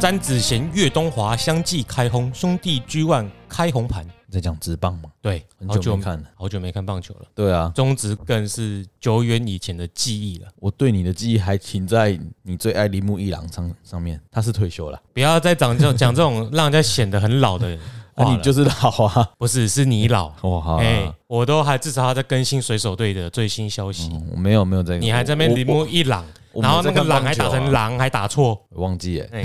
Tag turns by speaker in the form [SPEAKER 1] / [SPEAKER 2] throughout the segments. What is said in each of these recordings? [SPEAKER 1] 詹子贤、岳东华相继开轰，兄弟 G One 开红盘。
[SPEAKER 2] 在讲直棒嘛，
[SPEAKER 1] 对，
[SPEAKER 2] 很
[SPEAKER 1] 好
[SPEAKER 2] 久
[SPEAKER 1] 久
[SPEAKER 2] 没看了。
[SPEAKER 1] 好久没看棒球了，
[SPEAKER 2] 对啊，
[SPEAKER 1] 中职更是久远以前的记忆了。
[SPEAKER 2] 我对你的记忆还停在你最爱铃木一郎上上面，他是退休了，
[SPEAKER 1] 不要再讲这 种讲这种让人家显得很老的
[SPEAKER 2] 那、
[SPEAKER 1] 话
[SPEAKER 2] 啊、
[SPEAKER 1] 了，
[SPEAKER 2] 你就是老 啊，
[SPEAKER 1] 不是是你老。
[SPEAKER 2] 哇、好啊
[SPEAKER 1] 哎、我都还至少还在更新水手队的最新消息，
[SPEAKER 2] 嗯我没有没有在，
[SPEAKER 1] 你还在那边
[SPEAKER 2] 我
[SPEAKER 1] 铃木一朗，
[SPEAKER 2] 我
[SPEAKER 1] 然后那
[SPEAKER 2] 没有
[SPEAKER 1] 个
[SPEAKER 2] 在看
[SPEAKER 1] 朗还打
[SPEAKER 2] 棒球啊
[SPEAKER 1] 成狼，还打错。
[SPEAKER 2] 我忘记耶。
[SPEAKER 1] 哎，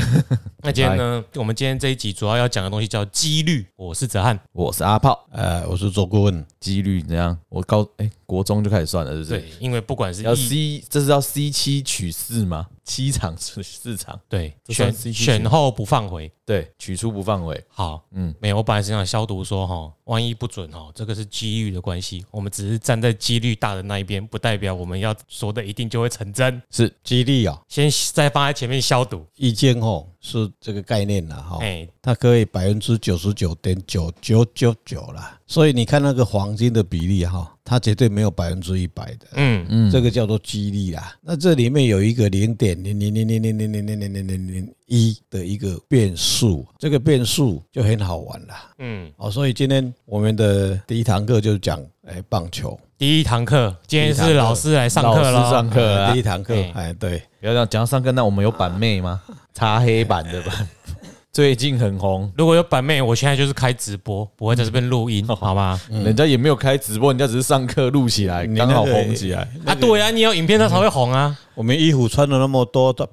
[SPEAKER 1] 那今天呢，我们今天这一集主要要讲的东西叫几率。我是泽汉，
[SPEAKER 2] 我是阿炮，
[SPEAKER 3] 呃，我是周顾问，
[SPEAKER 2] 几率怎样？我高哎、国中就开始算了，是不是？
[SPEAKER 1] 对，因为不管是
[SPEAKER 2] 要
[SPEAKER 1] 一
[SPEAKER 2] C，这是要 C 七取四吗？七场取四场，
[SPEAKER 1] 对
[SPEAKER 2] 这
[SPEAKER 1] 选
[SPEAKER 2] 算 CCC
[SPEAKER 1] 选后不放回。
[SPEAKER 2] 对，取出不放回。
[SPEAKER 1] 好，嗯
[SPEAKER 2] 嗯，
[SPEAKER 1] 没有，我本来是想消毒说哈，万一不准哈，这个是几率的关系，我们只是站在几率大的那一边，不代表我们要说的一定就会成真。
[SPEAKER 2] 是
[SPEAKER 3] 激励啊，
[SPEAKER 1] 先再放在前面消毒，
[SPEAKER 3] 意见哦是这个概念啦哈，
[SPEAKER 1] 哎，
[SPEAKER 3] 它可以百分之九十九点九九九九啦，所以你看那个黄金的比例哈，它绝对没有百分之一百的。
[SPEAKER 1] 嗯，
[SPEAKER 3] 这个叫做激励啦。那这里面有一个零点零零零零零零零零零零零零一的一个变数，这个变数就很好玩啦。
[SPEAKER 1] 嗯，
[SPEAKER 3] 哦，所以今天我们的第一堂课就是讲哎棒球
[SPEAKER 1] 第一堂课，今天
[SPEAKER 3] 第一堂
[SPEAKER 1] 是
[SPEAKER 3] 课
[SPEAKER 1] 老师来上课
[SPEAKER 2] 老师
[SPEAKER 1] 了
[SPEAKER 2] 上。课
[SPEAKER 3] 呃
[SPEAKER 2] 啊
[SPEAKER 3] 第一！堂课
[SPEAKER 1] 哎
[SPEAKER 3] 哎对，
[SPEAKER 2] 不要这样讲到上课，那我们有板 妹吗？擦黑板的吧，最近很红，
[SPEAKER 1] 如果有板妹，我现在就是开直播，不会在这边录音，
[SPEAKER 2] 嗯
[SPEAKER 1] 好 吗？
[SPEAKER 2] 人家也没有开直播，人家只是上课录起来，
[SPEAKER 1] 嗯
[SPEAKER 3] 你
[SPEAKER 2] 刚好
[SPEAKER 3] 那个
[SPEAKER 2] 红 起来。
[SPEAKER 1] 啊，对啊，你有影片它才会红啊。
[SPEAKER 3] 我们衣服穿了那么多，这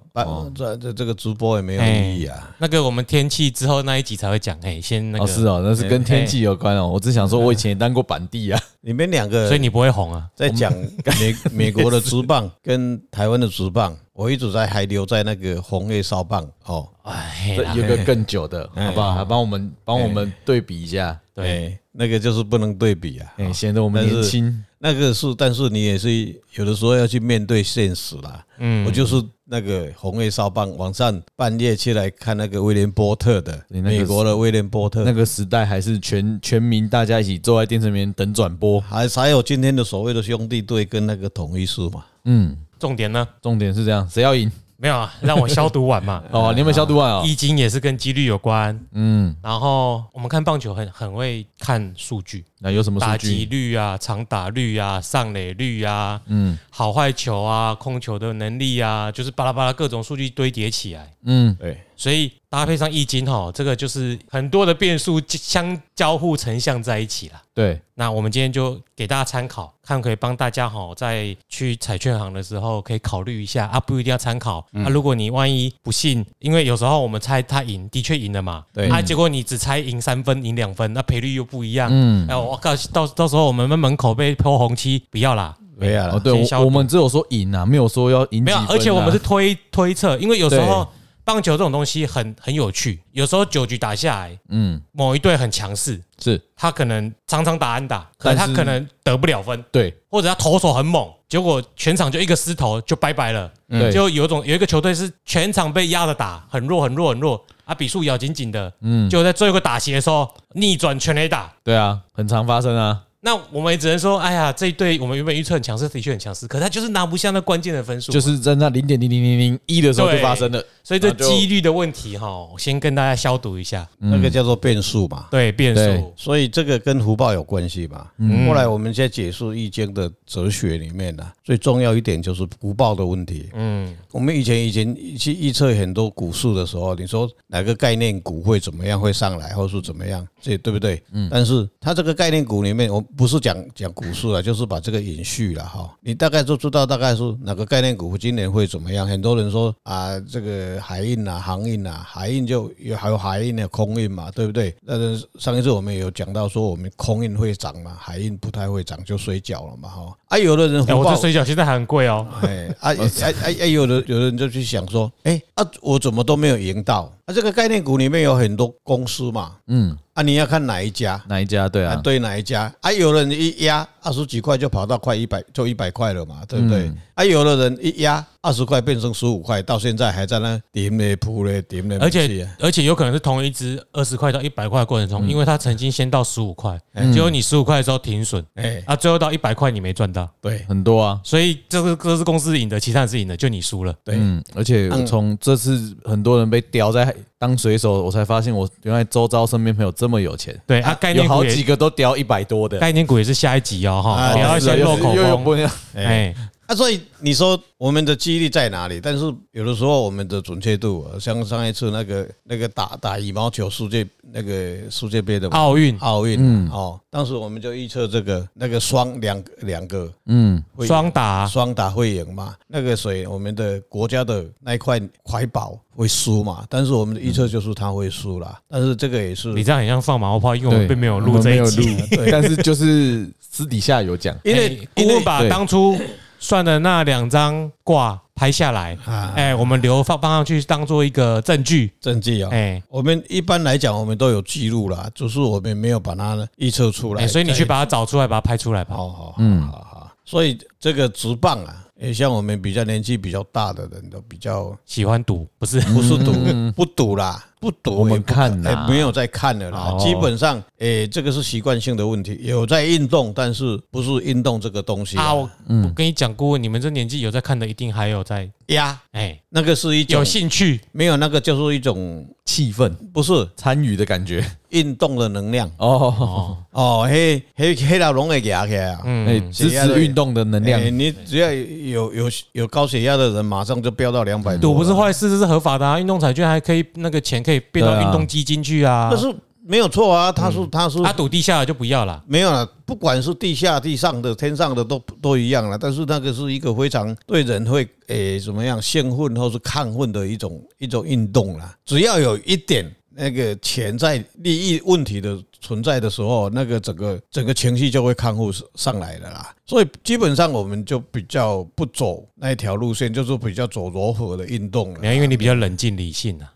[SPEAKER 3] 这这这个直播也没有意义啊。
[SPEAKER 1] 那个我们天气之后那一集才会讲，嘿，先那个，
[SPEAKER 2] 哦，是哦，那是跟天气有关哦。我只想说，我以前也当过板 地啊，
[SPEAKER 3] 你们两个
[SPEAKER 1] 所以你不会红啊。
[SPEAKER 3] 在讲美美国的直棒跟台湾的直棒，我一直在还留在那个红叶烧棒哦。
[SPEAKER 1] 哎
[SPEAKER 2] 这
[SPEAKER 1] 啦，
[SPEAKER 2] 有个更久的，好不好？帮我们帮我们对比一下，
[SPEAKER 1] 对，
[SPEAKER 3] 哎，那个就是不能对比啊。
[SPEAKER 2] 哎，显得我们
[SPEAKER 3] 但是
[SPEAKER 2] 年轻。
[SPEAKER 3] 那个是，但是你也是有的时候要去面对现实啦。
[SPEAKER 1] 嗯
[SPEAKER 3] 我就是那个红叶烧棒，晚上半夜起来看那个威廉波特的，
[SPEAKER 2] 你那个是
[SPEAKER 3] 美国的威廉波特
[SPEAKER 2] 那，个时代还是全全民大家一起坐在电视面前等转播。
[SPEAKER 3] 还还有今天的所谓的兄弟队跟那个统一狮嘛。
[SPEAKER 2] 嗯，
[SPEAKER 1] 重点呢
[SPEAKER 2] 重点是这样，谁要赢？
[SPEAKER 1] 没有啊，让我消毒完 嘛。
[SPEAKER 2] 哦，你有没有消毒完哦？
[SPEAKER 1] 易经也是跟几率有关，
[SPEAKER 2] 嗯，
[SPEAKER 1] 然后我们看棒球很很会看数据，
[SPEAKER 2] 那有什么
[SPEAKER 1] 打
[SPEAKER 2] 哦数
[SPEAKER 1] 击
[SPEAKER 2] 据？
[SPEAKER 1] 率啊、长打率啊、上垒率啊、
[SPEAKER 2] 嗯
[SPEAKER 1] 好坏球啊、控球的能力啊，就是巴拉巴拉各种数据堆叠起来，
[SPEAKER 2] 嗯，
[SPEAKER 3] 对，
[SPEAKER 1] 所以搭配上易经哈，这个就是很多的变数相交互成像在一起啦。
[SPEAKER 2] 对，
[SPEAKER 1] 那我们今天就给大家参考，看可以帮大家哈，在去彩券行的时候可以考虑一下啊，不一定要参考。
[SPEAKER 2] 嗯
[SPEAKER 1] 那、啊、如果你万一不信，因为有时候我们猜他赢，的确赢了嘛，
[SPEAKER 3] 对
[SPEAKER 1] 啊，结果你只猜赢三分、赢两分，那赔率又不一样。
[SPEAKER 2] 嗯，
[SPEAKER 1] 哎、我告诉到到时候我们门口被泼红漆，不要啦，
[SPEAKER 3] 没有
[SPEAKER 2] 哦，
[SPEAKER 3] 了。
[SPEAKER 2] 对，
[SPEAKER 1] 先消毒
[SPEAKER 2] 我我们只有说赢啊，没有说要赢几
[SPEAKER 1] 没
[SPEAKER 2] 分
[SPEAKER 1] 有
[SPEAKER 2] 啊。。
[SPEAKER 1] 而且我们是推推测，因为有时候
[SPEAKER 2] 对
[SPEAKER 1] 棒球这种东西很很有趣，有时候九局打下来，
[SPEAKER 2] 嗯，
[SPEAKER 1] 某一队很强势，
[SPEAKER 2] 是
[SPEAKER 1] 他可能常常打安打，可是他
[SPEAKER 2] 但是
[SPEAKER 1] 可能得不了分。
[SPEAKER 2] 对
[SPEAKER 1] 或者他投手很猛，结果全场就一个失投就拜拜了。
[SPEAKER 2] 嗯对，
[SPEAKER 1] 就有一种有一个球队是全场被压着打，很弱很弱很弱啊，比数咬紧紧的，
[SPEAKER 2] 嗯，
[SPEAKER 1] 就在最后一个打席的时候逆转全垒打。
[SPEAKER 2] 对啊，很常发生啊。
[SPEAKER 1] 那我们也只能说，哎呀，这一队我们原本预测很强势，的确很强势，可他就是拿不下那关键的分数，
[SPEAKER 2] 就是在那零点零零零零一的时候就
[SPEAKER 1] 对
[SPEAKER 2] 发生了。
[SPEAKER 1] 所以这
[SPEAKER 2] 那就
[SPEAKER 1] 几率的问题哈，我先跟大家消毒一下。
[SPEAKER 3] 那个叫做变数嘛。
[SPEAKER 1] 对，变
[SPEAKER 2] 对
[SPEAKER 1] 数，
[SPEAKER 3] 所以这个跟福报有关系吧。
[SPEAKER 1] 嗯
[SPEAKER 3] 后来我们在解释《易经》的哲学里面呢、最重要一点就是福报的问题。
[SPEAKER 1] 嗯，
[SPEAKER 3] 我们以前以前去预测很多股市的时候，你说哪个概念股会怎么样会上来，或是怎么样，这对不对？嗯。但是它这个概念股里面，我不是讲讲股市了，就是把这个延续了哈。你大概就知道大概是哪个概念股今年会怎么样。很多人说啊，这个海运啊、航运啊，海运就有还有海运的空运嘛，对不对？但是上一次我们也有讲到说，我们空运会涨嘛，海运不太会涨，就水饺了嘛哈。啊，有的人
[SPEAKER 1] 哎，
[SPEAKER 3] 福
[SPEAKER 1] 我
[SPEAKER 3] 报
[SPEAKER 1] 这水饺现在还很贵 哦。
[SPEAKER 3] 哎，啊哎哎哎，有的有人就去想说，哎啊，我怎么都没有赢到？啊，这个概念股里面有很多公司嘛，
[SPEAKER 2] 嗯，
[SPEAKER 3] 啊，你要看哪一家，
[SPEAKER 2] 哪一家？对
[SPEAKER 3] 啊，
[SPEAKER 2] 啊，
[SPEAKER 3] 对哪一家？啊，有人
[SPEAKER 1] 嗯
[SPEAKER 3] 一压二十几块就跑到快一百，就一百块了嘛，对不对？啊，有的人一压二二十块变成十五块，到现在还在那点嘞铺嘞点嘞，
[SPEAKER 1] 而
[SPEAKER 3] 没戏
[SPEAKER 1] 且
[SPEAKER 3] 啊
[SPEAKER 1] 而且有可能是同一只二十块到一百块的过程中，
[SPEAKER 2] 嗯
[SPEAKER 1] 因为它曾经先到十五块，结果你十五块的时候停损，
[SPEAKER 3] 哎，
[SPEAKER 1] 啊，最后到一百块你没赚到，
[SPEAKER 3] 对
[SPEAKER 4] 很多啊。
[SPEAKER 1] 所以这个这是公司赢的，其他人是赢的，就你输了。
[SPEAKER 3] 对，
[SPEAKER 4] 嗯，而且我从这次很多人被叼在当水手，我才发现我原来周遭身边朋友这么有钱，
[SPEAKER 1] 对啊，概
[SPEAKER 4] 有
[SPEAKER 1] 念
[SPEAKER 4] 好
[SPEAKER 1] 股
[SPEAKER 4] 几
[SPEAKER 1] 也
[SPEAKER 4] 个都叼一百多 的，
[SPEAKER 1] 概念股也是下一集哦哈，
[SPEAKER 3] 啊
[SPEAKER 1] 不要
[SPEAKER 4] 是啊
[SPEAKER 1] 先
[SPEAKER 4] 又
[SPEAKER 1] 漏
[SPEAKER 4] 是
[SPEAKER 1] 口
[SPEAKER 4] 又又
[SPEAKER 1] 风。
[SPEAKER 4] 不 一样
[SPEAKER 1] 哎，
[SPEAKER 3] 啊，所以你说我们的记忆力在哪里？但是有的时候我们的准确度啊，像上一次那个那个打打羽毛球世界那个世界杯的嘛
[SPEAKER 1] 奥运
[SPEAKER 3] 奥运，嗯，哦，当时我们就预测这个那个双两两个
[SPEAKER 4] 嗯，
[SPEAKER 3] 会赢
[SPEAKER 1] 双打
[SPEAKER 3] 双打会赢嘛，那个谁我们的国家的那一块怀宝会输嘛，但是我们的预测就是他会输
[SPEAKER 1] 嗯
[SPEAKER 3] 啦，但是这个也是
[SPEAKER 1] 你这样很像放马后炮，因为我
[SPEAKER 4] 对，
[SPEAKER 1] 们并没有
[SPEAKER 4] 我
[SPEAKER 1] 录
[SPEAKER 4] 们
[SPEAKER 1] 这
[SPEAKER 4] 没
[SPEAKER 1] 一
[SPEAKER 4] 有
[SPEAKER 1] 集。
[SPEAKER 4] 录但是就是私底下有讲，
[SPEAKER 3] 因为
[SPEAKER 1] 哎顾问把
[SPEAKER 4] 对
[SPEAKER 1] 当初算的那两张卦拍下来，
[SPEAKER 3] 啊
[SPEAKER 1] 哎，我们留放放上去当做一个证据。
[SPEAKER 3] 证据啊。
[SPEAKER 1] 哎
[SPEAKER 3] 我们一般来讲，我们都有记录啦，只是我们没有把它预测出来。
[SPEAKER 1] 哎，所以你
[SPEAKER 3] 再
[SPEAKER 1] 去把它找出来，把它拍出来吧。
[SPEAKER 3] 好好，嗯，好好。所以这个直棒啊，也像我们比较年纪比较大的人都比较
[SPEAKER 1] 喜欢赌不是？
[SPEAKER 4] 嗯
[SPEAKER 3] 不是赌，不赌啦，不赌也不。
[SPEAKER 4] 我们看啦
[SPEAKER 3] 哎没有在看了啦
[SPEAKER 4] 哦。
[SPEAKER 3] 基本上，诶，这个是习惯性的问题，有在运动，但是不是运动这个东西
[SPEAKER 1] 啊，
[SPEAKER 3] 啊？
[SPEAKER 1] 我
[SPEAKER 4] 嗯
[SPEAKER 1] 我跟你讲，顾问，你们这年纪有在看的，一定还有在
[SPEAKER 3] 呀，
[SPEAKER 1] 哎
[SPEAKER 3] 那个是一种
[SPEAKER 1] 有兴趣。
[SPEAKER 3] 没有那个就是一种
[SPEAKER 4] 气氛
[SPEAKER 3] 不是
[SPEAKER 4] 参与的感觉
[SPEAKER 3] 运动的能量
[SPEAKER 4] 哦，
[SPEAKER 3] 哦，嘿嘿嘿，老龙也给起来啊。
[SPEAKER 4] 哎，
[SPEAKER 1] 嗯，
[SPEAKER 4] 支持运动的能量
[SPEAKER 3] 哎，你只要有有有高血压的人，马上就飙到两百多啊
[SPEAKER 1] 赌
[SPEAKER 3] 了。
[SPEAKER 1] 不是坏事，这是合法的啊。运动彩券还可以那个钱可以变到
[SPEAKER 4] 对啊
[SPEAKER 1] 运动基金去啊
[SPEAKER 3] 但。是没有错啊，他
[SPEAKER 4] 嗯
[SPEAKER 3] 是他是
[SPEAKER 1] 他赌地下的就不要啦。
[SPEAKER 3] 没有了，不管是地下、地上的、天上的都都一样了。但是那个是一个非常对人会诶、怎么样兴奋或是亢奋的一种一种运动啦。只要有一点那个潜在利益问题的存在的时候，那个整个整个情绪就会亢奋上来了啦。所以基本上我们就比较不走那一条路线，就是比较走柔和的运动了
[SPEAKER 1] 没。有，因为你比较冷静理性啊，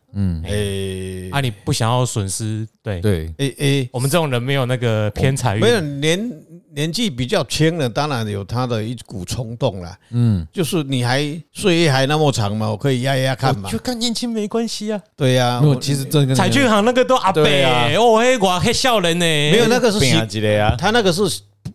[SPEAKER 3] 诶、
[SPEAKER 1] 啊，你不想要损失。对，
[SPEAKER 4] 对。
[SPEAKER 3] 诶诶，
[SPEAKER 1] 我们这种人没有那个偏财运
[SPEAKER 3] 没。有年年纪比较轻了，当然有他的一股冲动啦。嗯，就是你还岁月还那么长嘛，我可以压压看嘛
[SPEAKER 2] 哦
[SPEAKER 1] 就。跟年轻没关系啊。
[SPEAKER 3] 对呀、
[SPEAKER 4] 没
[SPEAKER 3] 我
[SPEAKER 4] 有，其实真的跟
[SPEAKER 1] 彩券行那个都阿伯
[SPEAKER 4] 对啊，
[SPEAKER 1] 哦嘿，我嘿笑人呢，
[SPEAKER 3] 没有那个是习，
[SPEAKER 4] 几类啊，
[SPEAKER 3] 他那个是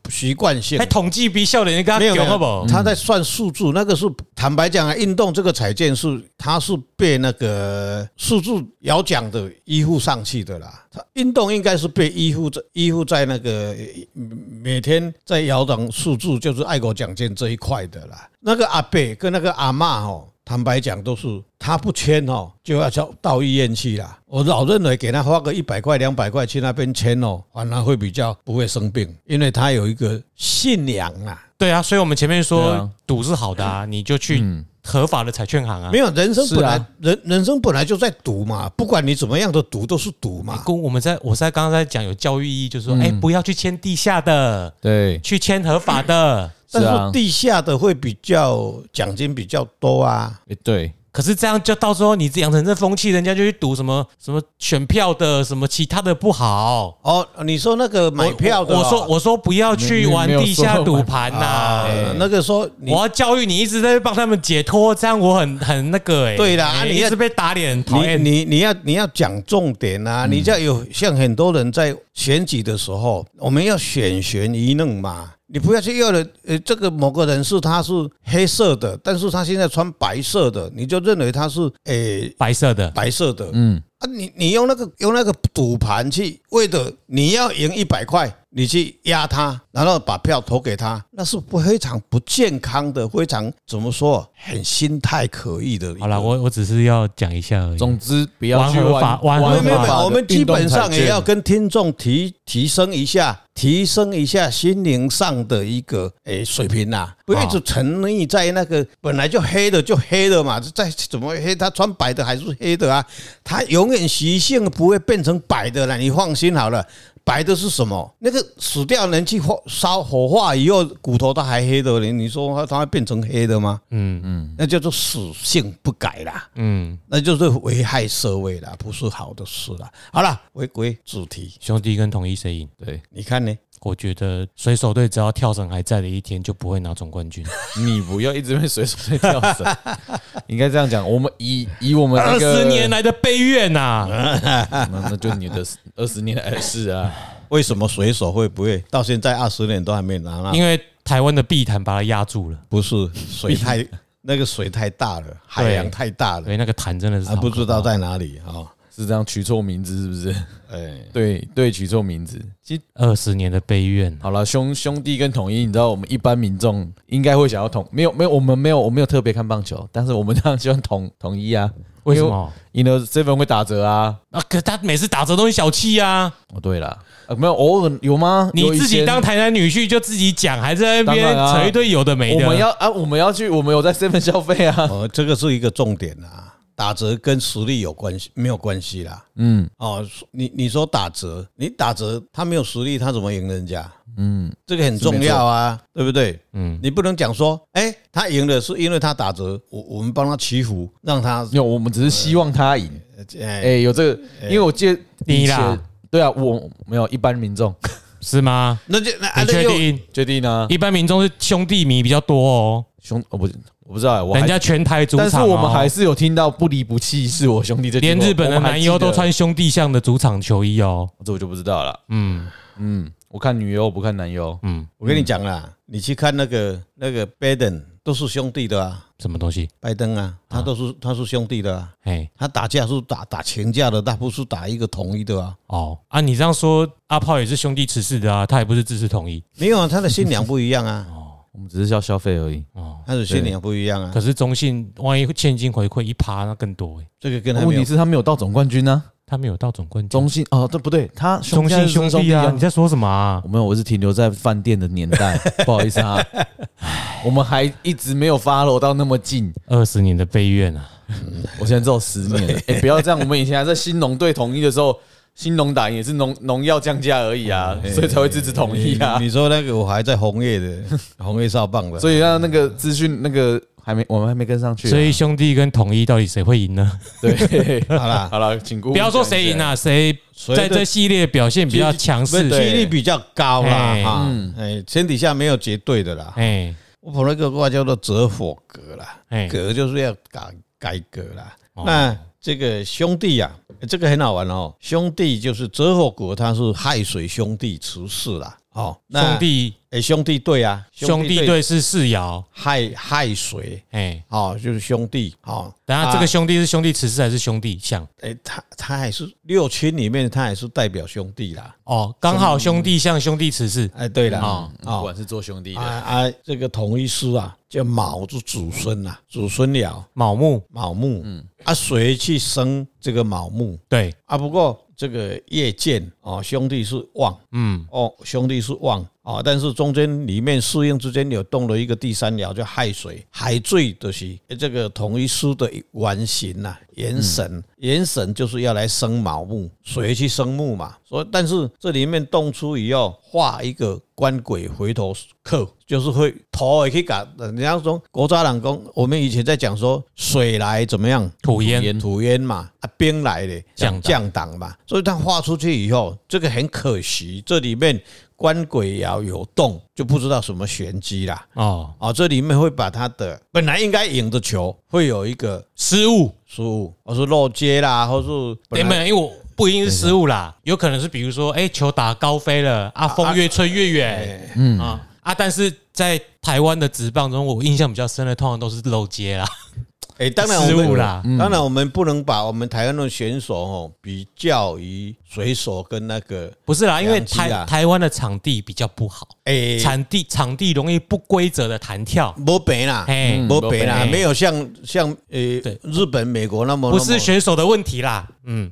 [SPEAKER 3] 习惯性
[SPEAKER 1] 还。统计比笑人跟
[SPEAKER 3] 没
[SPEAKER 1] 他
[SPEAKER 3] 有，嗯没
[SPEAKER 1] 讲好
[SPEAKER 3] 有
[SPEAKER 1] 不好？
[SPEAKER 3] 他在算数字，那个是坦白讲啊，运动这个彩件是他是被那个数字摇奖的依附上去的啦。他运动应该是被依附在依附在那个呃每天在摇奖数字，就是爱国奖金这一块的啦。那个阿伯跟那个阿嬷哦。坦白讲，都是他不签哦，就要到到医院去啦。我老认为给他花个一百块、两百块去那边签哦，反而会比较不会生病，因为他有一个信仰啊。
[SPEAKER 1] 对啊，所以我们前面
[SPEAKER 4] 对
[SPEAKER 1] 说
[SPEAKER 4] 啊
[SPEAKER 1] 赌是好的啊，你就去合法的彩券行啊
[SPEAKER 3] 嗯没。有人生
[SPEAKER 4] 是
[SPEAKER 3] 本来、
[SPEAKER 4] 啊
[SPEAKER 3] 人人生本来就在赌嘛，不管你怎么样的赌都是赌嘛。
[SPEAKER 1] 跟我们在我在刚刚在讲有教育意义，就是
[SPEAKER 3] 嗯
[SPEAKER 1] 说，哎，不要去签地下的，
[SPEAKER 4] 对，
[SPEAKER 1] 去签合法的。
[SPEAKER 4] 是
[SPEAKER 3] 但
[SPEAKER 4] 啊
[SPEAKER 3] 是，地下的会比较奖金比较多啊，
[SPEAKER 4] 哎对，
[SPEAKER 1] 可是这样就到时候你养成这风气，人家就去赌什么什么选票的，什么其他的不好。
[SPEAKER 3] 哦，你说那个买票的哦、
[SPEAKER 1] 我我说我说不要去玩地下赌盘呐、
[SPEAKER 3] 呃那个说你
[SPEAKER 1] 我要教育你，一直在帮他们解脱，这样我很很那个哎、
[SPEAKER 3] 对啦啊
[SPEAKER 1] 哎
[SPEAKER 3] 你
[SPEAKER 1] 一
[SPEAKER 3] 要
[SPEAKER 1] 直被打脸，讨
[SPEAKER 3] 你
[SPEAKER 1] 厌嗯
[SPEAKER 3] 你你要你要讲重点啊！你这有像很多人在选举的时候，我们要选贤与能嘛。你不要去要了，呃，这个某个人是他是黑色的，但是他现在穿白色的，你就认为他是诶、
[SPEAKER 1] 白色的，
[SPEAKER 3] 白色的，
[SPEAKER 4] 嗯，
[SPEAKER 3] 啊，你你用那个用那个赌盘去，为的你要赢一百块，你去压他，然后把票投给他，那是不非常不健康的，非常怎么说，很心态可疑的一个。
[SPEAKER 1] 好了，我我只是要讲一下而已。
[SPEAKER 4] 总之不要去
[SPEAKER 1] 玩合法玩
[SPEAKER 4] 玩
[SPEAKER 1] 合
[SPEAKER 3] 没有
[SPEAKER 1] 法
[SPEAKER 3] 没有，没有
[SPEAKER 4] 的
[SPEAKER 3] 我们基
[SPEAKER 4] 运动
[SPEAKER 3] 本上
[SPEAKER 4] 彩
[SPEAKER 3] 也
[SPEAKER 4] 券
[SPEAKER 3] 要跟听众提提升一下，提升一下心灵上的一个诶水平呐、不要一直沉溺在那个本来就黑的就黑的嘛，再怎么黑，他穿白的还是黑的啊，他永远习性不会变成白的啦，你放心好了。白的是什么？那个死掉人去火烧火化以后，骨头它还黑的，你你说它它会变成黑的吗？
[SPEAKER 1] 嗯嗯
[SPEAKER 3] 那叫做死性不改啦。
[SPEAKER 1] 嗯，
[SPEAKER 3] 那就是危害社会啦，不是好的事啦。好了，回归主题，
[SPEAKER 1] 兄弟跟统一谁赢？
[SPEAKER 4] 对，
[SPEAKER 3] 你看呢？
[SPEAKER 1] 我觉得水手队只要跳绳还在的一天，就不会拿总冠 军。
[SPEAKER 2] 你不要一直被水手队吊着，应该这样讲。我们以以我们
[SPEAKER 1] 二
[SPEAKER 2] 一个
[SPEAKER 1] 十年，啊来的悲怨
[SPEAKER 3] 啊
[SPEAKER 1] 呐，
[SPEAKER 2] 那那就你的二十年来的事啊。
[SPEAKER 3] 为什么水手会不会到现在二十年都还没拿到？
[SPEAKER 1] 因为台湾的碧潭把它压住了，
[SPEAKER 3] 不是水太 那个水太大了，海洋太大了，
[SPEAKER 1] 对，那个潭真的是
[SPEAKER 3] 啊，
[SPEAKER 1] 好
[SPEAKER 3] 不知道
[SPEAKER 1] 可怕
[SPEAKER 3] 在哪里啊。
[SPEAKER 2] 是这样取错名字是不是？
[SPEAKER 3] 哎，
[SPEAKER 2] 对对，取错名字。其实
[SPEAKER 1] 二十年的悲怨。
[SPEAKER 2] 好了，兄兄弟跟统一，你知道我们一般民众应该会想要统，没有没有，我们没有我没有特别看棒球，但是我们当然喜欢统统一啊。
[SPEAKER 1] 为什？么
[SPEAKER 2] 因为 seven 会打折啊。
[SPEAKER 1] 啊？可他每次打折都很小气啊！
[SPEAKER 2] 哦，对了，呃，没有偶尔有吗？
[SPEAKER 1] 你
[SPEAKER 2] 有以
[SPEAKER 1] 自己
[SPEAKER 2] 前
[SPEAKER 1] 当台南女婿就自己讲，还在那边
[SPEAKER 2] 当然啊
[SPEAKER 1] 扯一堆有的没
[SPEAKER 2] 我
[SPEAKER 1] 的。
[SPEAKER 2] 们要啊，我们要去，我们有在 seven 消费啊。
[SPEAKER 3] 哦，这个是一个重点啊。打折跟实力有关系没有关系啦？
[SPEAKER 2] 嗯，
[SPEAKER 3] 哦，你你说打折，你打折他没有实力，他怎么赢人家？嗯，这个很重要啊，对不对？嗯，你不能讲说，哎，他赢了是因为他打折，我我们帮他祈福，让他
[SPEAKER 2] 有，我们只是希望他赢。哎、
[SPEAKER 3] 哎
[SPEAKER 2] 有这个，因为我记得
[SPEAKER 1] 你
[SPEAKER 2] 以
[SPEAKER 1] 啦
[SPEAKER 2] 前，对啊，我没有一般民众
[SPEAKER 1] 是吗？
[SPEAKER 3] 那就那啊
[SPEAKER 1] 你
[SPEAKER 3] 那
[SPEAKER 1] 确
[SPEAKER 3] 又
[SPEAKER 1] 定？
[SPEAKER 2] 决定呢，
[SPEAKER 1] 一般民众是兄弟迷比较多哦，
[SPEAKER 2] 兄，我不，我不知道、欸，我还
[SPEAKER 1] 人家全台主场、
[SPEAKER 2] 但
[SPEAKER 1] 哦，
[SPEAKER 2] 是我们还是有听到不离不弃是我兄弟这句话，
[SPEAKER 1] 连日本的
[SPEAKER 2] 我们还
[SPEAKER 1] 男优
[SPEAKER 2] 记得
[SPEAKER 1] 都，穿兄弟像的主场球衣哦。
[SPEAKER 2] 这我就不知道了。
[SPEAKER 1] 嗯
[SPEAKER 2] 嗯，我看女优，我不看男优。
[SPEAKER 1] 嗯，
[SPEAKER 3] 我跟你讲啦，你去看那个那个拜登都是兄弟的啊，
[SPEAKER 1] 什么东西？
[SPEAKER 3] 拜登啊，他都是他是兄弟的啊，
[SPEAKER 1] 哎
[SPEAKER 3] 他打架是打打群架的，他不是打一个统一的啊。
[SPEAKER 1] 哦啊，你这样说，阿炮也是兄弟持世的啊，他也不是支持统一
[SPEAKER 3] 没有啊，他的信仰不一样啊，
[SPEAKER 2] 我们只是要消费而已，
[SPEAKER 1] 哦。
[SPEAKER 3] 他的信仰不一样啊
[SPEAKER 1] 可。是中信万一现金回馈一趴，那更多哎、
[SPEAKER 3] 这个跟他没
[SPEAKER 2] 问
[SPEAKER 3] 有
[SPEAKER 2] 题是他没有到总冠军呢、
[SPEAKER 1] 他没有到总冠军。
[SPEAKER 2] 中信哦，这不对，他
[SPEAKER 1] 中信
[SPEAKER 2] 信
[SPEAKER 1] 兄
[SPEAKER 2] 弟
[SPEAKER 1] 弟啊，你在说什么啊
[SPEAKER 2] 我？没有，我是停留在饭店的年代，不好意思啊，我们还一直没有 follow 到那么近，
[SPEAKER 1] 二十年的悲怨啊！
[SPEAKER 2] 我现在只有十年了。哎、不要这样，我们以前还在兴农队统一的时候，兴农打也是农农药降价而已啊，
[SPEAKER 1] 哎
[SPEAKER 2] 所以才会支持统一啊
[SPEAKER 3] 你。你说那个我还在红 叶的红叶少棒的，
[SPEAKER 2] 所以让那个资讯那个还没，我们还没跟上去啊、
[SPEAKER 1] 所以兄弟跟统一到底谁会赢呢？
[SPEAKER 2] 对，
[SPEAKER 3] 好啦
[SPEAKER 2] 好了，请顾
[SPEAKER 1] 不要说谁赢
[SPEAKER 2] 啊，
[SPEAKER 1] 啊，谁
[SPEAKER 3] 谁
[SPEAKER 1] 在
[SPEAKER 3] 的
[SPEAKER 1] 这系列表现比较强势
[SPEAKER 3] 不？是几率比较高啦
[SPEAKER 1] 哎
[SPEAKER 3] 哈。哎，天底下没有绝对的啦。
[SPEAKER 1] 哎
[SPEAKER 3] 我捧了一个卦叫做折火格啦，
[SPEAKER 1] 哎
[SPEAKER 3] 革就是要改改革啦。
[SPEAKER 1] 哦
[SPEAKER 3] 那这个兄弟呀、啊，这个很好玩哦。兄弟就是折火国，它是亥水兄弟持世啦。哦，那
[SPEAKER 1] 兄弟
[SPEAKER 3] 哎，兄弟对啊，
[SPEAKER 1] 兄弟
[SPEAKER 3] 对
[SPEAKER 1] 队是世爻，
[SPEAKER 3] 亥亥水，
[SPEAKER 1] 哎，
[SPEAKER 3] 哦，就是兄弟哦。
[SPEAKER 1] 等下
[SPEAKER 3] 啊
[SPEAKER 1] 这个兄弟是兄弟此世还是兄弟相？
[SPEAKER 3] 哎，他他还是六亲里面，他还是代表兄弟啦。
[SPEAKER 1] 哦，刚好兄弟相，兄弟此世。
[SPEAKER 3] 哎，对了
[SPEAKER 1] 哦
[SPEAKER 3] 啊
[SPEAKER 2] 不
[SPEAKER 3] 啊
[SPEAKER 2] 管是做兄弟
[SPEAKER 3] 啊
[SPEAKER 2] 的，
[SPEAKER 3] 啊！这个同一师啊，叫卯是祖孙呐、祖孙了
[SPEAKER 1] 卯木
[SPEAKER 3] 卯木，啊，谁去生这个卯木
[SPEAKER 1] 对，
[SPEAKER 3] 啊？不过这个叶剑哦，兄弟是旺
[SPEAKER 1] 嗯，
[SPEAKER 3] 哦，兄弟是旺哦，但是中间里面适应之间有动了一个第三爻，叫亥水，亥罪就是这个同一师的原型呐、元神，元神就是要来生卯木，谁去生木嘛？所以，但是这里面动出以后，画一个官鬼回头客，就是会头也可以改。人家说国家人讲，我们以前在讲说水来怎么样，
[SPEAKER 1] 土
[SPEAKER 2] 土
[SPEAKER 1] 烟
[SPEAKER 2] 烟
[SPEAKER 3] 吐烟嘛，啊，兵来的
[SPEAKER 1] 降
[SPEAKER 3] 降档嘛，所以它画出去以后，这个很可惜，这里面官鬼爻有动，就不知道什么玄机啦。
[SPEAKER 1] 哦，
[SPEAKER 3] 哦，这里面会把他的本来应该赢的球，会有一个
[SPEAKER 1] 失误。
[SPEAKER 3] 失误，或是漏接啦，或是
[SPEAKER 1] 哎没
[SPEAKER 3] 本
[SPEAKER 1] 有，
[SPEAKER 3] 来
[SPEAKER 1] 因为我不一定是失误啦，有可能是比如说，哎，球打高飞了啊，风越吹越
[SPEAKER 3] 哎
[SPEAKER 1] 远，嗯啊啊，但是在台湾的职棒中，我印象比较深的，通常都是漏接啦，
[SPEAKER 3] 哎、当然
[SPEAKER 1] 失误
[SPEAKER 3] 我们嗯
[SPEAKER 1] 啦，嗯
[SPEAKER 3] 当然我们不能把我们台湾的选手哦比较于水手跟那个
[SPEAKER 1] 不是啦，因为
[SPEAKER 3] 两极
[SPEAKER 1] 台
[SPEAKER 3] 啦
[SPEAKER 1] 台湾的场地比较不好，
[SPEAKER 3] 哎
[SPEAKER 1] 场地场地容易不规则的弹跳，
[SPEAKER 3] 没北啦，
[SPEAKER 1] 嘿，
[SPEAKER 3] 没北啦，
[SPEAKER 1] 嗯
[SPEAKER 3] 没有像像呃
[SPEAKER 1] 对
[SPEAKER 3] 日本、美国那么
[SPEAKER 1] 不
[SPEAKER 3] 哦那么
[SPEAKER 1] 是选手的问题啦，嗯，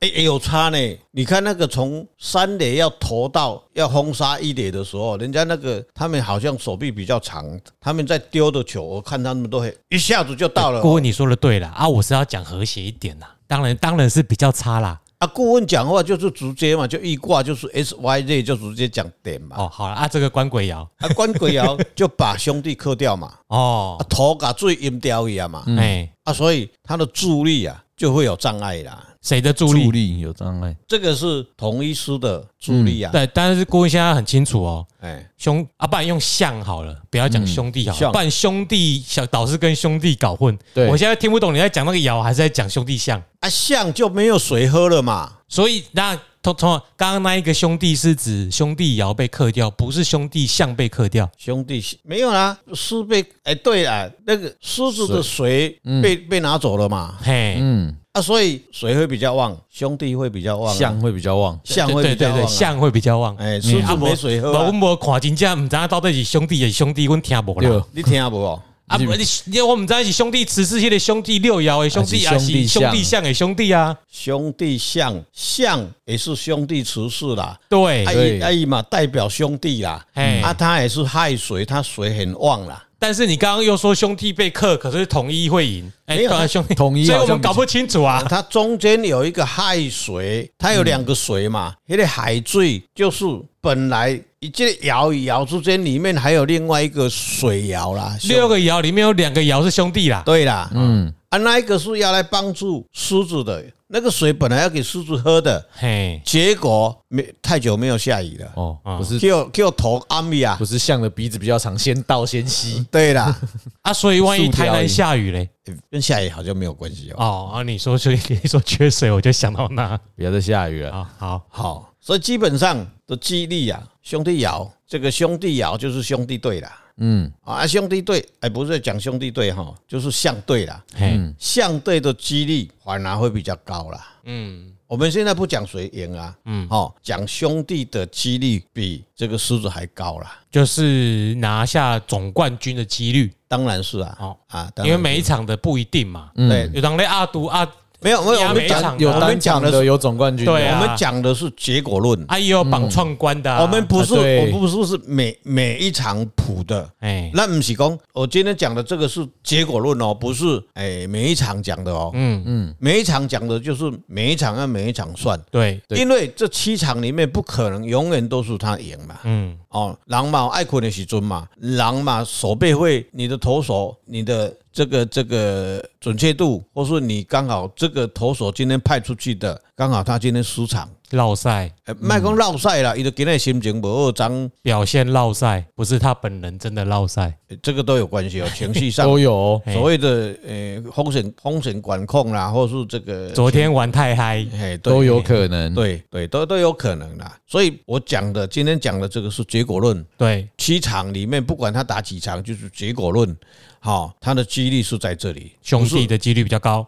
[SPEAKER 3] 哎、欸有差呢。你看那个从三垒要投到要轰杀一垒的时候，人家那个他们好像手臂比较长，他们在丢的球，我看他们都很一下子就到了。
[SPEAKER 1] 顾问你说的对啦，啊，我是要讲和谐一点啦，当然当然是比较差啦，
[SPEAKER 3] 啊，顾问讲话就是直接嘛，就易卦就是 S Y Z 就直接讲点嘛。
[SPEAKER 1] 哦，好了啊，这个关鬼爻
[SPEAKER 3] 啊，关鬼爻就把兄弟克掉嘛，
[SPEAKER 1] 哦
[SPEAKER 3] 啊，，头把最阴掉一样嘛。
[SPEAKER 1] 哎
[SPEAKER 3] 啊，啊，所以它的助力啊就会有障碍啦。
[SPEAKER 1] 谁的助
[SPEAKER 2] 助
[SPEAKER 1] 力？
[SPEAKER 2] 力有障碍，
[SPEAKER 3] 这个是同一师的助力啊，
[SPEAKER 1] 嗯对，但是郭文现在很清楚哦，
[SPEAKER 3] 哎，
[SPEAKER 1] 兄啊，不然用像好了，不要讲兄弟好了，
[SPEAKER 3] 嗯像
[SPEAKER 1] 不然兄弟小导师跟兄弟搞混。
[SPEAKER 4] 对
[SPEAKER 1] 我现在听不懂你在讲那个咬，还是在讲兄弟像。
[SPEAKER 3] 啊，像就没有水喝了嘛。
[SPEAKER 1] 所以那从从刚刚那一个兄弟是指兄弟爻被克掉，不是兄弟像被克掉。
[SPEAKER 3] 兄弟没有啦，狮被哎对啊，那个狮子的水被被拿走了嘛，
[SPEAKER 1] 嘿，
[SPEAKER 4] 嗯，
[SPEAKER 3] 啊，所以水会比较旺，兄弟会比较旺啊，
[SPEAKER 2] 相会比较旺。
[SPEAKER 3] 像会比
[SPEAKER 1] 对对
[SPEAKER 3] 较
[SPEAKER 1] 对
[SPEAKER 3] 旺
[SPEAKER 1] 对，
[SPEAKER 3] 啊，
[SPEAKER 1] 像会比较旺。
[SPEAKER 3] 哎，狮子没水喝
[SPEAKER 1] 我
[SPEAKER 3] 啊，
[SPEAKER 1] 我看真正唔知道到底是兄弟是兄弟，阮听无啦。
[SPEAKER 3] 你听不哦？
[SPEAKER 1] 啊，不你你我们在一起兄弟十四系的兄弟六爻的兄弟啊，
[SPEAKER 2] 还是兄弟
[SPEAKER 1] 是兄弟
[SPEAKER 2] 像
[SPEAKER 1] 像的兄弟啊，
[SPEAKER 3] 兄弟相相也是兄弟持世啦，
[SPEAKER 1] 对
[SPEAKER 3] 哎，
[SPEAKER 2] 对
[SPEAKER 3] 哎嘛代表兄弟啦，
[SPEAKER 1] 哎
[SPEAKER 3] 啊，他也是亥水，他水很旺啦，
[SPEAKER 1] 但是你刚刚又说兄弟被克，可是统一会赢，哎、
[SPEAKER 3] 没有
[SPEAKER 1] 当然兄弟
[SPEAKER 4] 统一好
[SPEAKER 1] 所以
[SPEAKER 4] 像
[SPEAKER 1] 我们搞不清楚啊。
[SPEAKER 3] 它中间有一个亥水，它有两个水嘛，那个海水就是本来一这个爻与爻之间里面还有另外一个水爻啦，
[SPEAKER 1] 六
[SPEAKER 3] 个
[SPEAKER 1] 个爻里面有两个爻是兄弟啦，
[SPEAKER 3] 对啦，
[SPEAKER 2] 嗯，
[SPEAKER 3] 啊那一个是要来帮助狮子的，那个水本来要给狮子喝的，
[SPEAKER 1] 嘿，
[SPEAKER 3] 结果没太久没有下雨了，
[SPEAKER 2] 哦，不是
[SPEAKER 3] 给我给我头安米啊
[SPEAKER 2] 不，是象的鼻子比较长，先到先吸。
[SPEAKER 3] 对啦，
[SPEAKER 1] 啊，所以万一
[SPEAKER 2] 塑胶
[SPEAKER 1] 台南
[SPEAKER 2] 赢
[SPEAKER 1] 下雨嘞，
[SPEAKER 3] 跟下雨好像没有关系哦。
[SPEAKER 1] 哦，啊，你说所以你说缺水，我就想到那
[SPEAKER 2] 不要再下雨了。
[SPEAKER 1] 啊，好，
[SPEAKER 3] 好，所以基本上的激励啊，兄弟爻这个兄弟爻就是兄弟队啦。
[SPEAKER 2] 嗯，
[SPEAKER 3] 啊，兄弟队，哎，不是讲兄弟队哈，就是相对啦，
[SPEAKER 1] 嘿，
[SPEAKER 2] 嗯
[SPEAKER 3] 相对的几率反而会比较高啦。
[SPEAKER 1] 嗯，
[SPEAKER 3] 我们现在不讲谁赢啊，嗯，哦，讲兄弟的几率比这个狮子还高啦，
[SPEAKER 1] 就是拿下总冠军的几率，
[SPEAKER 3] 当然是啊，
[SPEAKER 1] 哦
[SPEAKER 3] 啊，当
[SPEAKER 1] 因为
[SPEAKER 3] 然嗯
[SPEAKER 1] 每一场的不一定嘛。
[SPEAKER 2] 嗯
[SPEAKER 3] 对，
[SPEAKER 1] 有当在阿都阿
[SPEAKER 3] 没有没有，
[SPEAKER 1] 压
[SPEAKER 3] 我
[SPEAKER 1] 每
[SPEAKER 3] 们
[SPEAKER 1] 一
[SPEAKER 3] 讲
[SPEAKER 1] 场
[SPEAKER 2] 有
[SPEAKER 1] 啊
[SPEAKER 3] 我
[SPEAKER 2] 单
[SPEAKER 3] 们讲
[SPEAKER 2] 场
[SPEAKER 3] 的
[SPEAKER 2] 的，
[SPEAKER 3] 是
[SPEAKER 2] 有总冠军的，
[SPEAKER 1] 对
[SPEAKER 3] 我
[SPEAKER 1] 啊
[SPEAKER 3] 们讲的是结果论，
[SPEAKER 1] 啊也有绑闯关的啊，
[SPEAKER 3] 嗯我们不是，
[SPEAKER 2] 啊
[SPEAKER 3] 我
[SPEAKER 2] 对
[SPEAKER 3] 们不是是每每一场谱的，
[SPEAKER 1] 哎，
[SPEAKER 3] 那不是讲，我今天讲的这个是结果论哦，不是哎每一场讲的哦，
[SPEAKER 1] 嗯嗯，
[SPEAKER 3] 每一场讲的就是每一场按每一场算，
[SPEAKER 1] 对，
[SPEAKER 2] 对
[SPEAKER 3] 因为这七场里面不可能永远都是他赢嘛。
[SPEAKER 1] 嗯，
[SPEAKER 3] 哦，狼嘛爱困的时尊嘛，狼嘛手背会，你的投手，你的这个这个准确度，或是你刚好这个投手今天派出去的，刚好他今天失场，
[SPEAKER 1] 绕赛
[SPEAKER 3] 呃卖讲落赛啦，伊就今天心情不好，张
[SPEAKER 1] 表现绕赛，不是他本人真的绕赛，
[SPEAKER 3] 这个都有关系哦，情绪上
[SPEAKER 2] 都有哦。
[SPEAKER 1] 嘿
[SPEAKER 3] 所谓的呃风险风险管控啦，或是这个
[SPEAKER 1] 昨天玩太嗨，
[SPEAKER 3] 哎对
[SPEAKER 2] 都有可能。
[SPEAKER 3] 对对都都有可能啦。所以我讲的今天讲的这个是结果论，
[SPEAKER 1] 对，
[SPEAKER 3] 七场里面不管他打几场，就是结果论，好、他的几率是在这里，
[SPEAKER 1] 兄弟的几率比较高，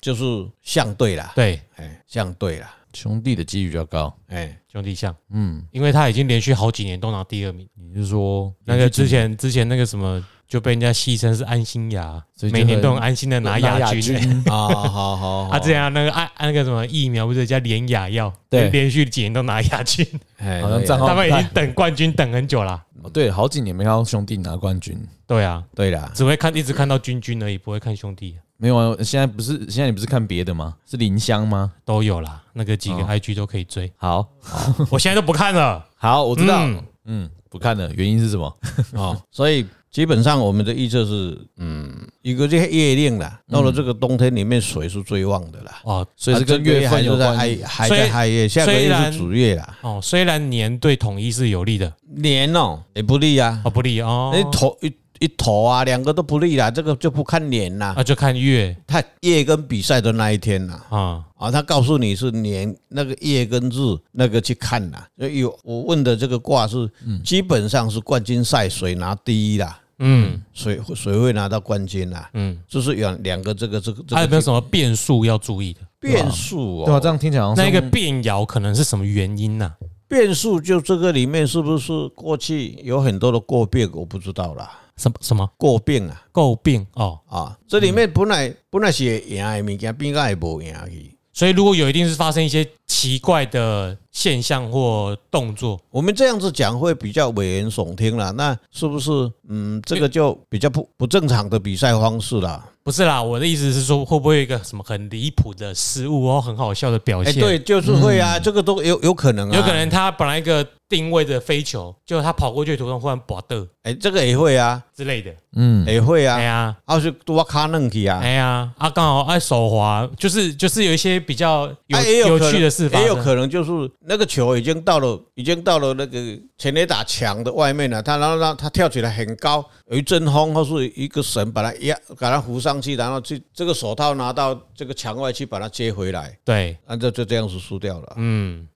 [SPEAKER 3] 就是相对啦，
[SPEAKER 1] 对，
[SPEAKER 3] 哎，相对啦，
[SPEAKER 2] 兄弟的机遇比较高。
[SPEAKER 3] 哎，
[SPEAKER 1] 兄弟像，嗯，因为他已经连续好几年都拿第二名，
[SPEAKER 2] 你是说
[SPEAKER 1] 那个之前之前那个什么就被人家戏称是安心亚，
[SPEAKER 2] 所以就
[SPEAKER 1] 每
[SPEAKER 2] 很
[SPEAKER 1] 年都很安心的拿亚军、欸。？
[SPEAKER 3] 啊，好好好，
[SPEAKER 1] 啊，之前啊那个啊啊那个什么疫苗不是叫连雅药，
[SPEAKER 2] 对
[SPEAKER 1] 连续几年都拿亚 军，
[SPEAKER 3] 哎
[SPEAKER 2] 好像账号
[SPEAKER 1] 他们已经
[SPEAKER 2] 不
[SPEAKER 1] 等冠军等很久啦。
[SPEAKER 2] 太对，好几年没看到兄弟拿冠军。
[SPEAKER 1] 对啊，
[SPEAKER 3] 对啦，
[SPEAKER 1] 只会看一直看到君君而已，不会看兄弟
[SPEAKER 2] 没有啊，现在不是现在你不是看别的吗？是林香吗？
[SPEAKER 1] 都有啦，那个几个
[SPEAKER 2] 哦
[SPEAKER 1] IG 都可以追，
[SPEAKER 2] 好
[SPEAKER 1] 我现在都不看 了。
[SPEAKER 2] 好，我知道
[SPEAKER 1] 嗯。
[SPEAKER 2] 嗯，不看了，原因是什么？
[SPEAKER 3] 哦，所以基本上我们的预测是，嗯，一个这个月令啦，到了这个冬天里面，水是最旺的啦。
[SPEAKER 1] 哦
[SPEAKER 2] 所以
[SPEAKER 3] 啊
[SPEAKER 2] 是跟月份有
[SPEAKER 3] 在
[SPEAKER 2] 关
[SPEAKER 3] 亥
[SPEAKER 2] 系。
[SPEAKER 3] 还在亥月，下个月是主月啦。
[SPEAKER 1] 哦，虽然年对统一是有利的，
[SPEAKER 3] 年哦也不利啊，
[SPEAKER 1] 哦不利哦，
[SPEAKER 3] 一头一一头啊，两个都不利啦，这个就不看年啦，
[SPEAKER 1] 啊就看月
[SPEAKER 3] 看月跟比赛的那一天啦。
[SPEAKER 1] 啊，
[SPEAKER 3] 啊，他告诉你是年那个月跟日那个去看啦，所以我问的这个卦是基本上是冠军赛谁拿第一啦，
[SPEAKER 1] 嗯
[SPEAKER 3] 谁谁会拿到冠军啦？
[SPEAKER 1] 嗯，
[SPEAKER 3] 就是有两个这个这个这
[SPEAKER 1] 还有没
[SPEAKER 3] 个
[SPEAKER 1] 有什么变数要注意的？
[SPEAKER 3] 变数
[SPEAKER 2] 对啊，
[SPEAKER 3] 哦，
[SPEAKER 2] 这样听起来好像
[SPEAKER 1] 那
[SPEAKER 2] 是
[SPEAKER 1] 个变爻可能是什么原因呢、
[SPEAKER 3] 变数就这个里面是不是过去有很多的过病，我不知道啦，
[SPEAKER 1] 什么什么
[SPEAKER 3] 过病啊。
[SPEAKER 1] 诟病哦？
[SPEAKER 3] 啊，这
[SPEAKER 1] 嗯
[SPEAKER 3] 里面本来本来是会赢的物件，变个也无赢去。
[SPEAKER 1] 所以如果有一定是发生一些奇怪的现象或动作。
[SPEAKER 3] 我们这样子讲会比较危言耸听啦，那是不是？嗯，这个就比较不不正常的比赛方式啦。
[SPEAKER 1] 不是啦，我的意思是说，会不会有一个什么很离谱的失误哦，很好笑的表
[SPEAKER 3] 哎、
[SPEAKER 1] 现？嗯
[SPEAKER 3] 对，，就是会啊，这个都有有可能啊，
[SPEAKER 1] 有可能他本来一个定位的飞球，就他跑过去的途中忽然拔的
[SPEAKER 3] 哎、这个也会啊，
[SPEAKER 1] 之类的。
[SPEAKER 2] 嗯，
[SPEAKER 3] 也会
[SPEAKER 1] 哎
[SPEAKER 3] 啊，
[SPEAKER 1] 呀，
[SPEAKER 3] 啊是多卡弄去啊，
[SPEAKER 1] 哎呀，啊，刚好哎手滑，就是就是有一些比较有
[SPEAKER 3] 啊也有
[SPEAKER 1] 有
[SPEAKER 3] 可能
[SPEAKER 1] 趣的事发
[SPEAKER 3] 也有
[SPEAKER 1] 生。
[SPEAKER 3] 可能就是那个球已经到了，已经到了那个前垒打墙的外面了，他然后让他跳起来很高，有一阵风或是一个绳把它压，把它扶上去，然后去这个手套拿到这个墙外去把它接回来，
[SPEAKER 1] 对，
[SPEAKER 3] 啊就就这样子输掉了，
[SPEAKER 1] 嗯，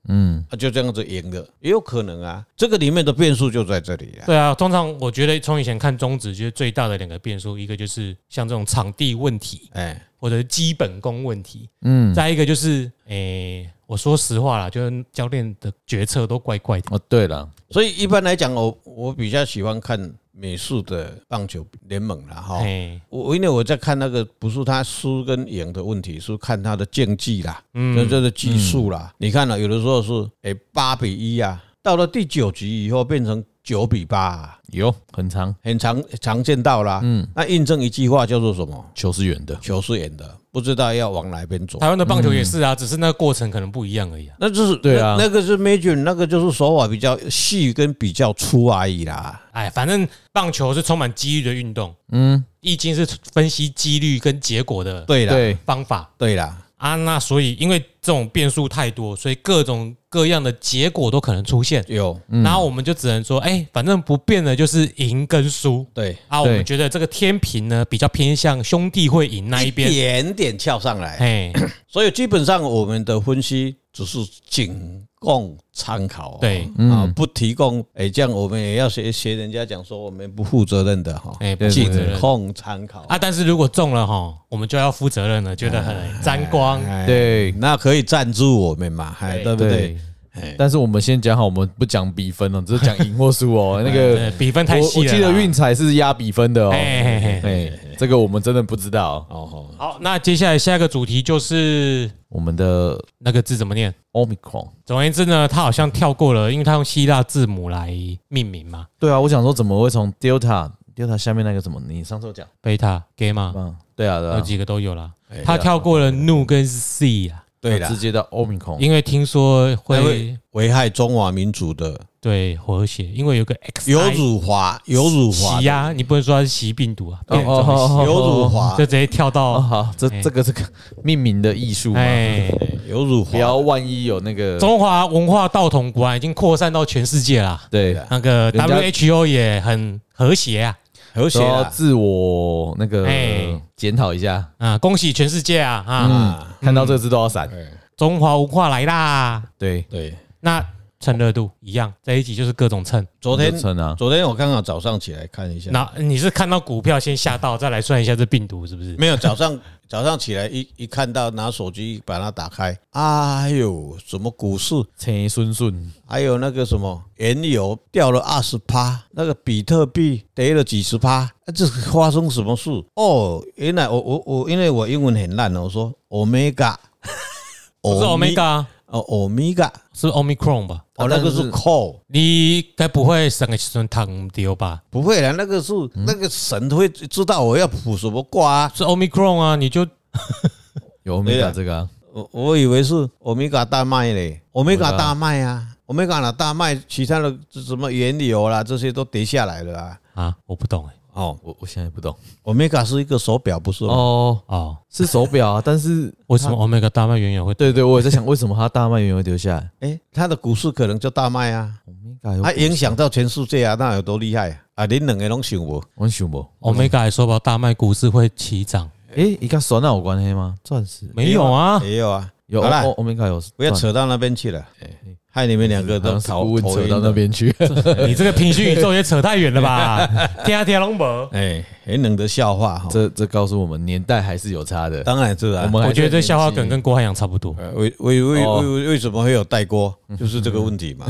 [SPEAKER 3] 啊就这样子赢的，也有可能啊，这个里面的变数就在这里啊。
[SPEAKER 1] 对啊，通常我觉得从以前看中职，就是最大的两个变数，一个就是像这种场地问题
[SPEAKER 3] 哎，
[SPEAKER 1] 或者是基本功问题，嗯，再一个就是，哎，我说实话啦，就是教练的决策都怪怪的，
[SPEAKER 2] 哦，对了，
[SPEAKER 3] 所以一般来讲，我我比较喜欢看美式的棒球联盟啦，哈。
[SPEAKER 1] 哎，
[SPEAKER 3] 我因为我在看那个，不是他输跟赢的问题，是看他的竞技啦，
[SPEAKER 1] 嗯
[SPEAKER 3] 嗯，这就是技术啦。你看了、有的时候是诶八比一啊，到了第九局以后变成九比八、啊，
[SPEAKER 2] 有很长，
[SPEAKER 3] 很常常见到啦。嗯，那印证一句话叫做什么？
[SPEAKER 2] 球是圆的，
[SPEAKER 3] 球是圆的，不知道要往哪边走。
[SPEAKER 1] 台湾的棒球也是啊，只是那个过程可能不一样而已啊。
[SPEAKER 3] 那就是
[SPEAKER 2] 对啊
[SPEAKER 3] 那那个是 major，那个就是手法比较细跟比较粗而已啦。
[SPEAKER 1] 哎，反正棒球是充满几率的运动，
[SPEAKER 2] 嗯，
[SPEAKER 1] 易经是分析几率跟结果的
[SPEAKER 3] 对啦，对
[SPEAKER 2] 对，
[SPEAKER 1] 方法
[SPEAKER 3] 啦，
[SPEAKER 1] 啊。那所以因为这种变数太多，所以各种各样的结果都可能出现。
[SPEAKER 3] 有
[SPEAKER 2] 嗯
[SPEAKER 1] 然后我们就只能说，哎，反正不变的就是赢跟输
[SPEAKER 3] 对
[SPEAKER 1] 啊。我
[SPEAKER 2] 对
[SPEAKER 1] 们觉得这个天平呢，比较偏向兄弟会赢那一边。
[SPEAKER 3] 点点翘上来。
[SPEAKER 1] 哎，
[SPEAKER 3] 所以基本上我们的分析只是仅供参考、哦，
[SPEAKER 1] 对
[SPEAKER 2] 嗯
[SPEAKER 3] 啊，不提供。哎、这样我们也要学学人家讲说我们不负责任的哈，
[SPEAKER 1] 哎不负
[SPEAKER 3] 仅
[SPEAKER 1] 责任
[SPEAKER 3] 供参考
[SPEAKER 1] 啊，但是如果中了哈，我们就要负责任了，觉得 很沾光。
[SPEAKER 3] 哎
[SPEAKER 2] 对
[SPEAKER 3] 那可以赞助我们嘛，哎，对不对？？哎
[SPEAKER 2] 但是我们先讲好，我们不讲比分哦，只是讲赢或输哦。那
[SPEAKER 1] 呃
[SPEAKER 2] 个，
[SPEAKER 1] 比分太
[SPEAKER 2] 我
[SPEAKER 1] 细
[SPEAKER 2] 我
[SPEAKER 1] 了啦。
[SPEAKER 2] 记得运彩是压比分的哦。
[SPEAKER 1] 哎嘿嘿嘿
[SPEAKER 2] 哎，这个我们真的不知道。
[SPEAKER 3] 哦，
[SPEAKER 1] 好，那接下来下一个主题就是
[SPEAKER 2] 我们的
[SPEAKER 1] 那个字怎么念？
[SPEAKER 2] Omicron，
[SPEAKER 1] 总而言之呢，他好像跳过了，因为他用希腊字母来命名嘛，
[SPEAKER 2] 对啊，我想说怎么会从 Delta Delta 下面那个什么？你上次有讲
[SPEAKER 1] 贝塔、gamma
[SPEAKER 2] 嗯，对啊，对
[SPEAKER 1] 有
[SPEAKER 2] 啊，
[SPEAKER 1] 几个都有啦。他跳过了 nu 跟 z 啊，
[SPEAKER 3] 对
[SPEAKER 2] 那
[SPEAKER 3] 啦
[SPEAKER 2] 直，接到 Omicron。
[SPEAKER 1] 因为听说
[SPEAKER 2] 哎
[SPEAKER 3] 那
[SPEAKER 1] 会
[SPEAKER 3] 危害中华民族的
[SPEAKER 1] 对和谐，因为有个 X
[SPEAKER 3] 有辱华，有辱华
[SPEAKER 1] 习
[SPEAKER 3] 的，
[SPEAKER 1] 呀，你不能说它是习病毒啊，
[SPEAKER 2] 哦
[SPEAKER 1] 变种习
[SPEAKER 2] 哦
[SPEAKER 3] 有辱华
[SPEAKER 1] 就，直接跳
[SPEAKER 2] 哦，
[SPEAKER 1] 到
[SPEAKER 2] 好，这
[SPEAKER 1] 哎
[SPEAKER 2] 这个这个命名的艺术嘛，
[SPEAKER 1] 哎，
[SPEAKER 3] 有辱
[SPEAKER 2] 不
[SPEAKER 3] 华
[SPEAKER 2] 要。万一有那个
[SPEAKER 1] 中华文化道统果然已经扩散到全世界啦。
[SPEAKER 2] 对，
[SPEAKER 1] 那个
[SPEAKER 2] 人家
[SPEAKER 1] WHO 也很和谐啊，
[SPEAKER 3] 和
[SPEAKER 2] 说
[SPEAKER 3] 谐
[SPEAKER 2] 要
[SPEAKER 3] 啦，
[SPEAKER 2] 自我那个
[SPEAKER 1] 哎
[SPEAKER 2] 检讨一下。
[SPEAKER 1] 啊，恭喜全世界啊啊！
[SPEAKER 2] 嗯，看到这个字都要闪。
[SPEAKER 3] 嗯
[SPEAKER 1] 中华文化来啦。
[SPEAKER 2] 对，
[SPEAKER 3] 哎对。
[SPEAKER 1] 那蹭热度一样，这一集就是各种蹭。
[SPEAKER 3] 昨天
[SPEAKER 2] 就称啊
[SPEAKER 3] 昨天我刚好早上起来看一下，
[SPEAKER 1] 那你是看到股票先吓到，再来算一下这病毒是不是？
[SPEAKER 3] 没有，早上早上起来一一看到拿手机把它打开，哎呦，什么股市，
[SPEAKER 2] 陈顺顺，
[SPEAKER 3] 还有那个什么原油掉了二十趴，那个比特币跌了几十趴，啊这是发生什么事？哦，原来我我我，因为我英文很烂哦，我说 omega，
[SPEAKER 1] 不是 Omega 啊
[SPEAKER 3] 哦 omega，
[SPEAKER 1] 是 Omicron 吧？
[SPEAKER 3] 哦那个是 call。
[SPEAKER 1] 你该不会上个时阵躺丢吧？
[SPEAKER 3] 不会啦，那个是那个神会知道我要卜什么卦啊！
[SPEAKER 1] 是 Omicron 啊，你就
[SPEAKER 2] 有没
[SPEAKER 3] 对
[SPEAKER 2] 有
[SPEAKER 3] 啊
[SPEAKER 2] 这个啊？
[SPEAKER 3] 我我以为是欧米伽大麦嘞，欧米伽大麦啊，欧米伽的大麦，其他的什么原油啦，这些都跌下来了啊。
[SPEAKER 1] 啊，我不懂哎、
[SPEAKER 3] 哦，
[SPEAKER 2] 我我现在也不懂。
[SPEAKER 3] 欧米伽是一个手表，不是吗？
[SPEAKER 2] 哦，
[SPEAKER 1] 哦，
[SPEAKER 2] 是手表啊， 但是
[SPEAKER 1] 为什么 Omega 大麦原油会？
[SPEAKER 2] 对对，我也在想为什么它大麦原油会留下来。
[SPEAKER 3] 哎，它的股市可能叫大麦啊，
[SPEAKER 2] Omega 有
[SPEAKER 3] 它影响到全世界啊，那有多厉害啊！啊，恁两个拢想无？
[SPEAKER 2] 我想不，
[SPEAKER 1] Omega 还说吧，大麦股市会起涨？
[SPEAKER 2] 诶，你跟酸那有关系吗？钻石
[SPEAKER 1] 没有啊，
[SPEAKER 3] 也有啊，
[SPEAKER 2] 有
[SPEAKER 3] 好啦
[SPEAKER 2] 哦，Omega 有，
[SPEAKER 3] 不要扯到那边去了，哎害你们两
[SPEAKER 2] 好
[SPEAKER 3] 个都
[SPEAKER 2] 像是
[SPEAKER 3] 逃
[SPEAKER 2] 顾问
[SPEAKER 3] 头
[SPEAKER 2] 扯
[SPEAKER 3] 晕
[SPEAKER 2] 到那
[SPEAKER 3] 了。
[SPEAKER 2] 边去。
[SPEAKER 1] 你这个平行宇宙也扯太远了吧？天啊天龙伯，
[SPEAKER 3] 哎，很冷的笑话哈。
[SPEAKER 2] 这这告诉我们年代还是有差的。
[SPEAKER 3] 当然，这
[SPEAKER 2] 我
[SPEAKER 3] 啊，
[SPEAKER 2] 们还
[SPEAKER 1] 我觉得这
[SPEAKER 2] 在年轻
[SPEAKER 1] 笑话梗跟郭汉阳差不多。
[SPEAKER 3] 呃，为为为
[SPEAKER 2] 哦
[SPEAKER 3] 为为什么会有代锅， 就是这个问题嘛。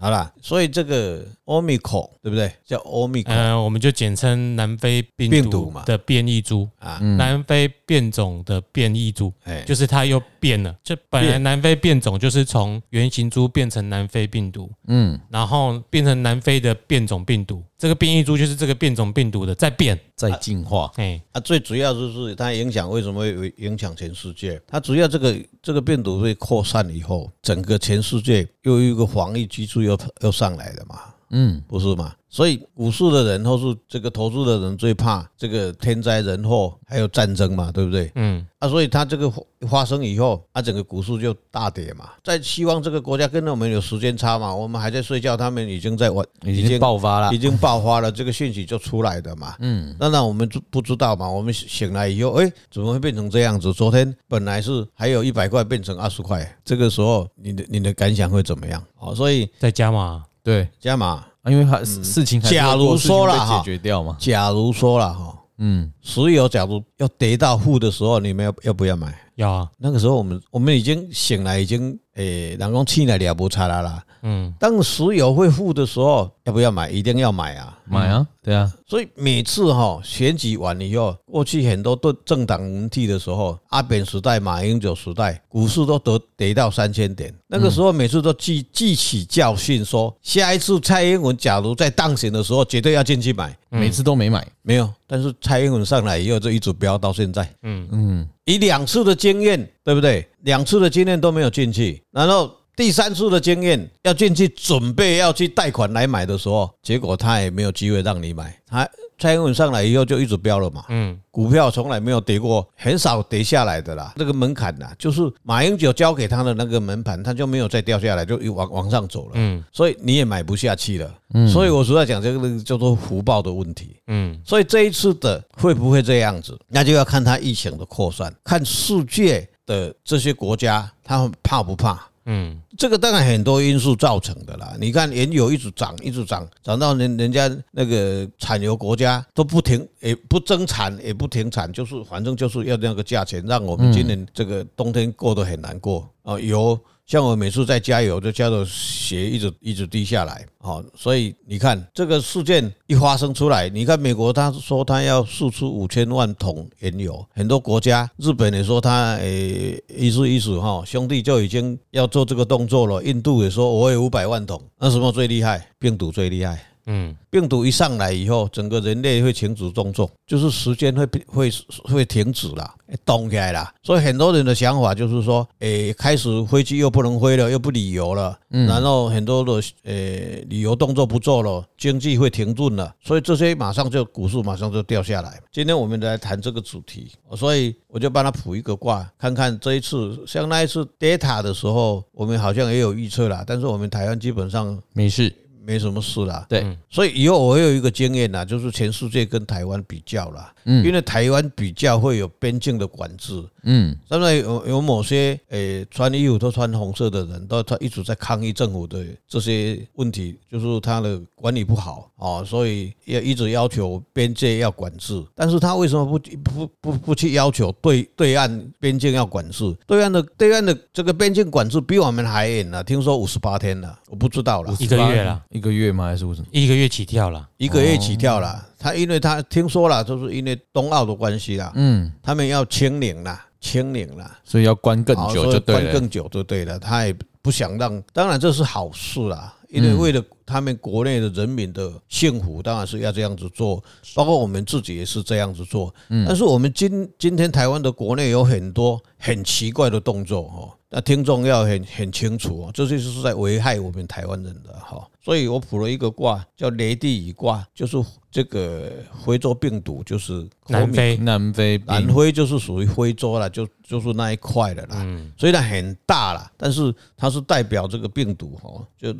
[SPEAKER 3] 好啦，所以这个 omicron 对不对？叫
[SPEAKER 2] 嗯
[SPEAKER 3] omicron
[SPEAKER 1] 呃，我们就简称南非病
[SPEAKER 3] 病
[SPEAKER 1] 毒
[SPEAKER 3] 毒嘛
[SPEAKER 1] 的变异株，
[SPEAKER 3] 啊，
[SPEAKER 1] 南非变种的变异株，
[SPEAKER 3] 哎，
[SPEAKER 1] 就是它又变了。就本来
[SPEAKER 3] 变
[SPEAKER 1] 南非变种就是从原型株变成南非病毒，
[SPEAKER 2] 嗯，
[SPEAKER 1] 然后变成南非的变种病毒。这个变异株就是这个变种病毒的再变，
[SPEAKER 2] 在进化，
[SPEAKER 1] 哎，
[SPEAKER 3] 啊，最主要就是它影响为什么会影响全世界？它主要这个这个病毒被扩散以后，整个全世界又有一个防疫机制又又上来了嘛，
[SPEAKER 2] 嗯，
[SPEAKER 3] 不是嘛？所以股市的人或是这个投资的人最怕这个天灾人祸还有战争嘛，对不对？
[SPEAKER 1] 嗯，
[SPEAKER 3] 啊，所以它这个发发生以后，啊，整个股市就大跌嘛。在西方这个国家跟我们有时间差嘛，我们还在睡觉，他们已经在玩，
[SPEAKER 2] 已经爆发了
[SPEAKER 3] 已。经爆发了，这个讯息就出来的嘛。嗯，那那我们就不知道嘛，我们醒来以后，哎，怎么会变成这样子？昨天本来是还有一百块，变成二十块，这个时候你的你的感想会怎么样？哦，所以
[SPEAKER 1] 再加嘛，
[SPEAKER 2] 对，
[SPEAKER 3] 加码，
[SPEAKER 2] 啊因为还事情还是
[SPEAKER 3] 嗯假如说啦
[SPEAKER 2] 事情被
[SPEAKER 3] 哈
[SPEAKER 2] 解决掉嘛，
[SPEAKER 3] 假如说了哈，
[SPEAKER 2] 嗯，
[SPEAKER 3] 石油假如要跌到负的时候，你们要要不要买？
[SPEAKER 1] 要啊，
[SPEAKER 3] 那个时候我们我们已经醒来，已经诶，人工气来了不差啦啦。
[SPEAKER 1] 嗯，
[SPEAKER 3] 当石油会负的时候，要不要买？一定要买啊！
[SPEAKER 2] 买啊，对啊，
[SPEAKER 3] 所以每次哈、选举完以后，过去很多政政党轮替的时候，阿扁时代、马英九时代，股市都得跌到三千点。那个时候每次都记记起教训说，下一次蔡英文假如在当选的时候，绝对要进去买。
[SPEAKER 1] 嗯
[SPEAKER 2] 每次都没买，
[SPEAKER 3] 没有，但是蔡英文上来以后就一直飙到现在。
[SPEAKER 1] 嗯
[SPEAKER 3] 嗯，以两次的经验，对不对？两次的经验都没有进去，然后第三次的经验要进去，准备要去贷款来买的时候，结果他也没有机会让你买。他蔡英文上来以后就一直飙了嘛。
[SPEAKER 1] 嗯，
[SPEAKER 3] 股票从来没有跌过，很少跌下来的啦。这个门槛呐、就是马英九交给他的那个门槛，他就没有再掉下来，就一往往上走了。
[SPEAKER 1] 嗯，
[SPEAKER 3] 所以你也买不下去了。嗯，所以我实在讲这个叫做福报的问题。
[SPEAKER 1] 嗯，
[SPEAKER 3] 所以这一次的会不会这样子，那就要看它疫情的扩散，看世界的这些国家他们怕不怕。
[SPEAKER 1] 嗯，
[SPEAKER 3] 这个当然很多因素造成的啦。你看原油一直涨，一直涨，涨到人人家那个产油国家都不停，也不增产，也不停产，就是反正就是要那个价钱，让我们今年这个冬天过得很难过啊。油像我每次在加油，就加到血一直一直滴下来，好，所以你看这个事件一发生出来，你看美国他说他要输出五千万桶原油，很多国家，日本也说他诶意思意思哈，兄弟就已经要做这个动作了，印度也说哦我有五百万桶，那什么最厉害？病毒最厉害。
[SPEAKER 1] 嗯，
[SPEAKER 3] 病毒一上来以后，整个人类会停止动作，就是时间会会会停止啦，动起来啦。所以很多人的想法就是说，诶、开始飞机又不能飞了，又不旅游了，然后很多的诶、旅游动作不做了，经济会停顿了，所以这些马上就股市马上就掉下来。今天我们来谈这个主题，所以我就帮他卜一个卦，看看这一次像那一次 data 的时候，我们好像也有预测啦，但是我们台湾基本上
[SPEAKER 2] 没事，
[SPEAKER 3] 没什么事啦。
[SPEAKER 2] 对，
[SPEAKER 3] 所以以后我会有一个经验啦，就是全世界跟台湾比较啦，因为台湾比较会有边境的管制，
[SPEAKER 2] 嗯，
[SPEAKER 3] 现在有有某些诶、穿衣服都穿红色的人，都他一直在抗议政府的这些问题，就是他的管理不好啊、哦，所以也一直要求边界要管制。但是他为什么不不不不去要求对对岸边境要管制？对岸的对岸的这个边境管制比我们还严呢、听说五十八天了、啊我不知道了。
[SPEAKER 1] 一个月啦，
[SPEAKER 2] 一个月吗？还是为什么？
[SPEAKER 1] 一个月起跳啦，
[SPEAKER 3] 一个月起跳啦。他因为他听说了，就是因为冬奥的关系啦，
[SPEAKER 2] 嗯，
[SPEAKER 3] 他们要清零啦，清零啦，
[SPEAKER 2] 所以要关更
[SPEAKER 3] 好
[SPEAKER 2] 久
[SPEAKER 3] 哦所以
[SPEAKER 2] 就对
[SPEAKER 3] 关
[SPEAKER 2] 了，
[SPEAKER 3] 更久就对了。他也不想让，当然这是好事啦，
[SPEAKER 2] 嗯
[SPEAKER 3] 因为为了他们国内的人民的幸福，当然是要这样子做，包括我们自己也是这样子做。
[SPEAKER 2] 嗯
[SPEAKER 3] 但是我们今今天台湾的国内有很多很奇怪的动作哦。那听众要很很清楚哦，这就是在危害我们台湾人的哈、所以我卜了一个卦叫雷地乙卦，就是这个非洲病毒，就是
[SPEAKER 1] 南非，
[SPEAKER 2] 南非
[SPEAKER 3] 南
[SPEAKER 2] 兵
[SPEAKER 3] 非就是属于非洲啦，就就是那一块的啦，
[SPEAKER 2] 嗯
[SPEAKER 3] 虽然很大啦，但是它是代表这个病毒哦，就是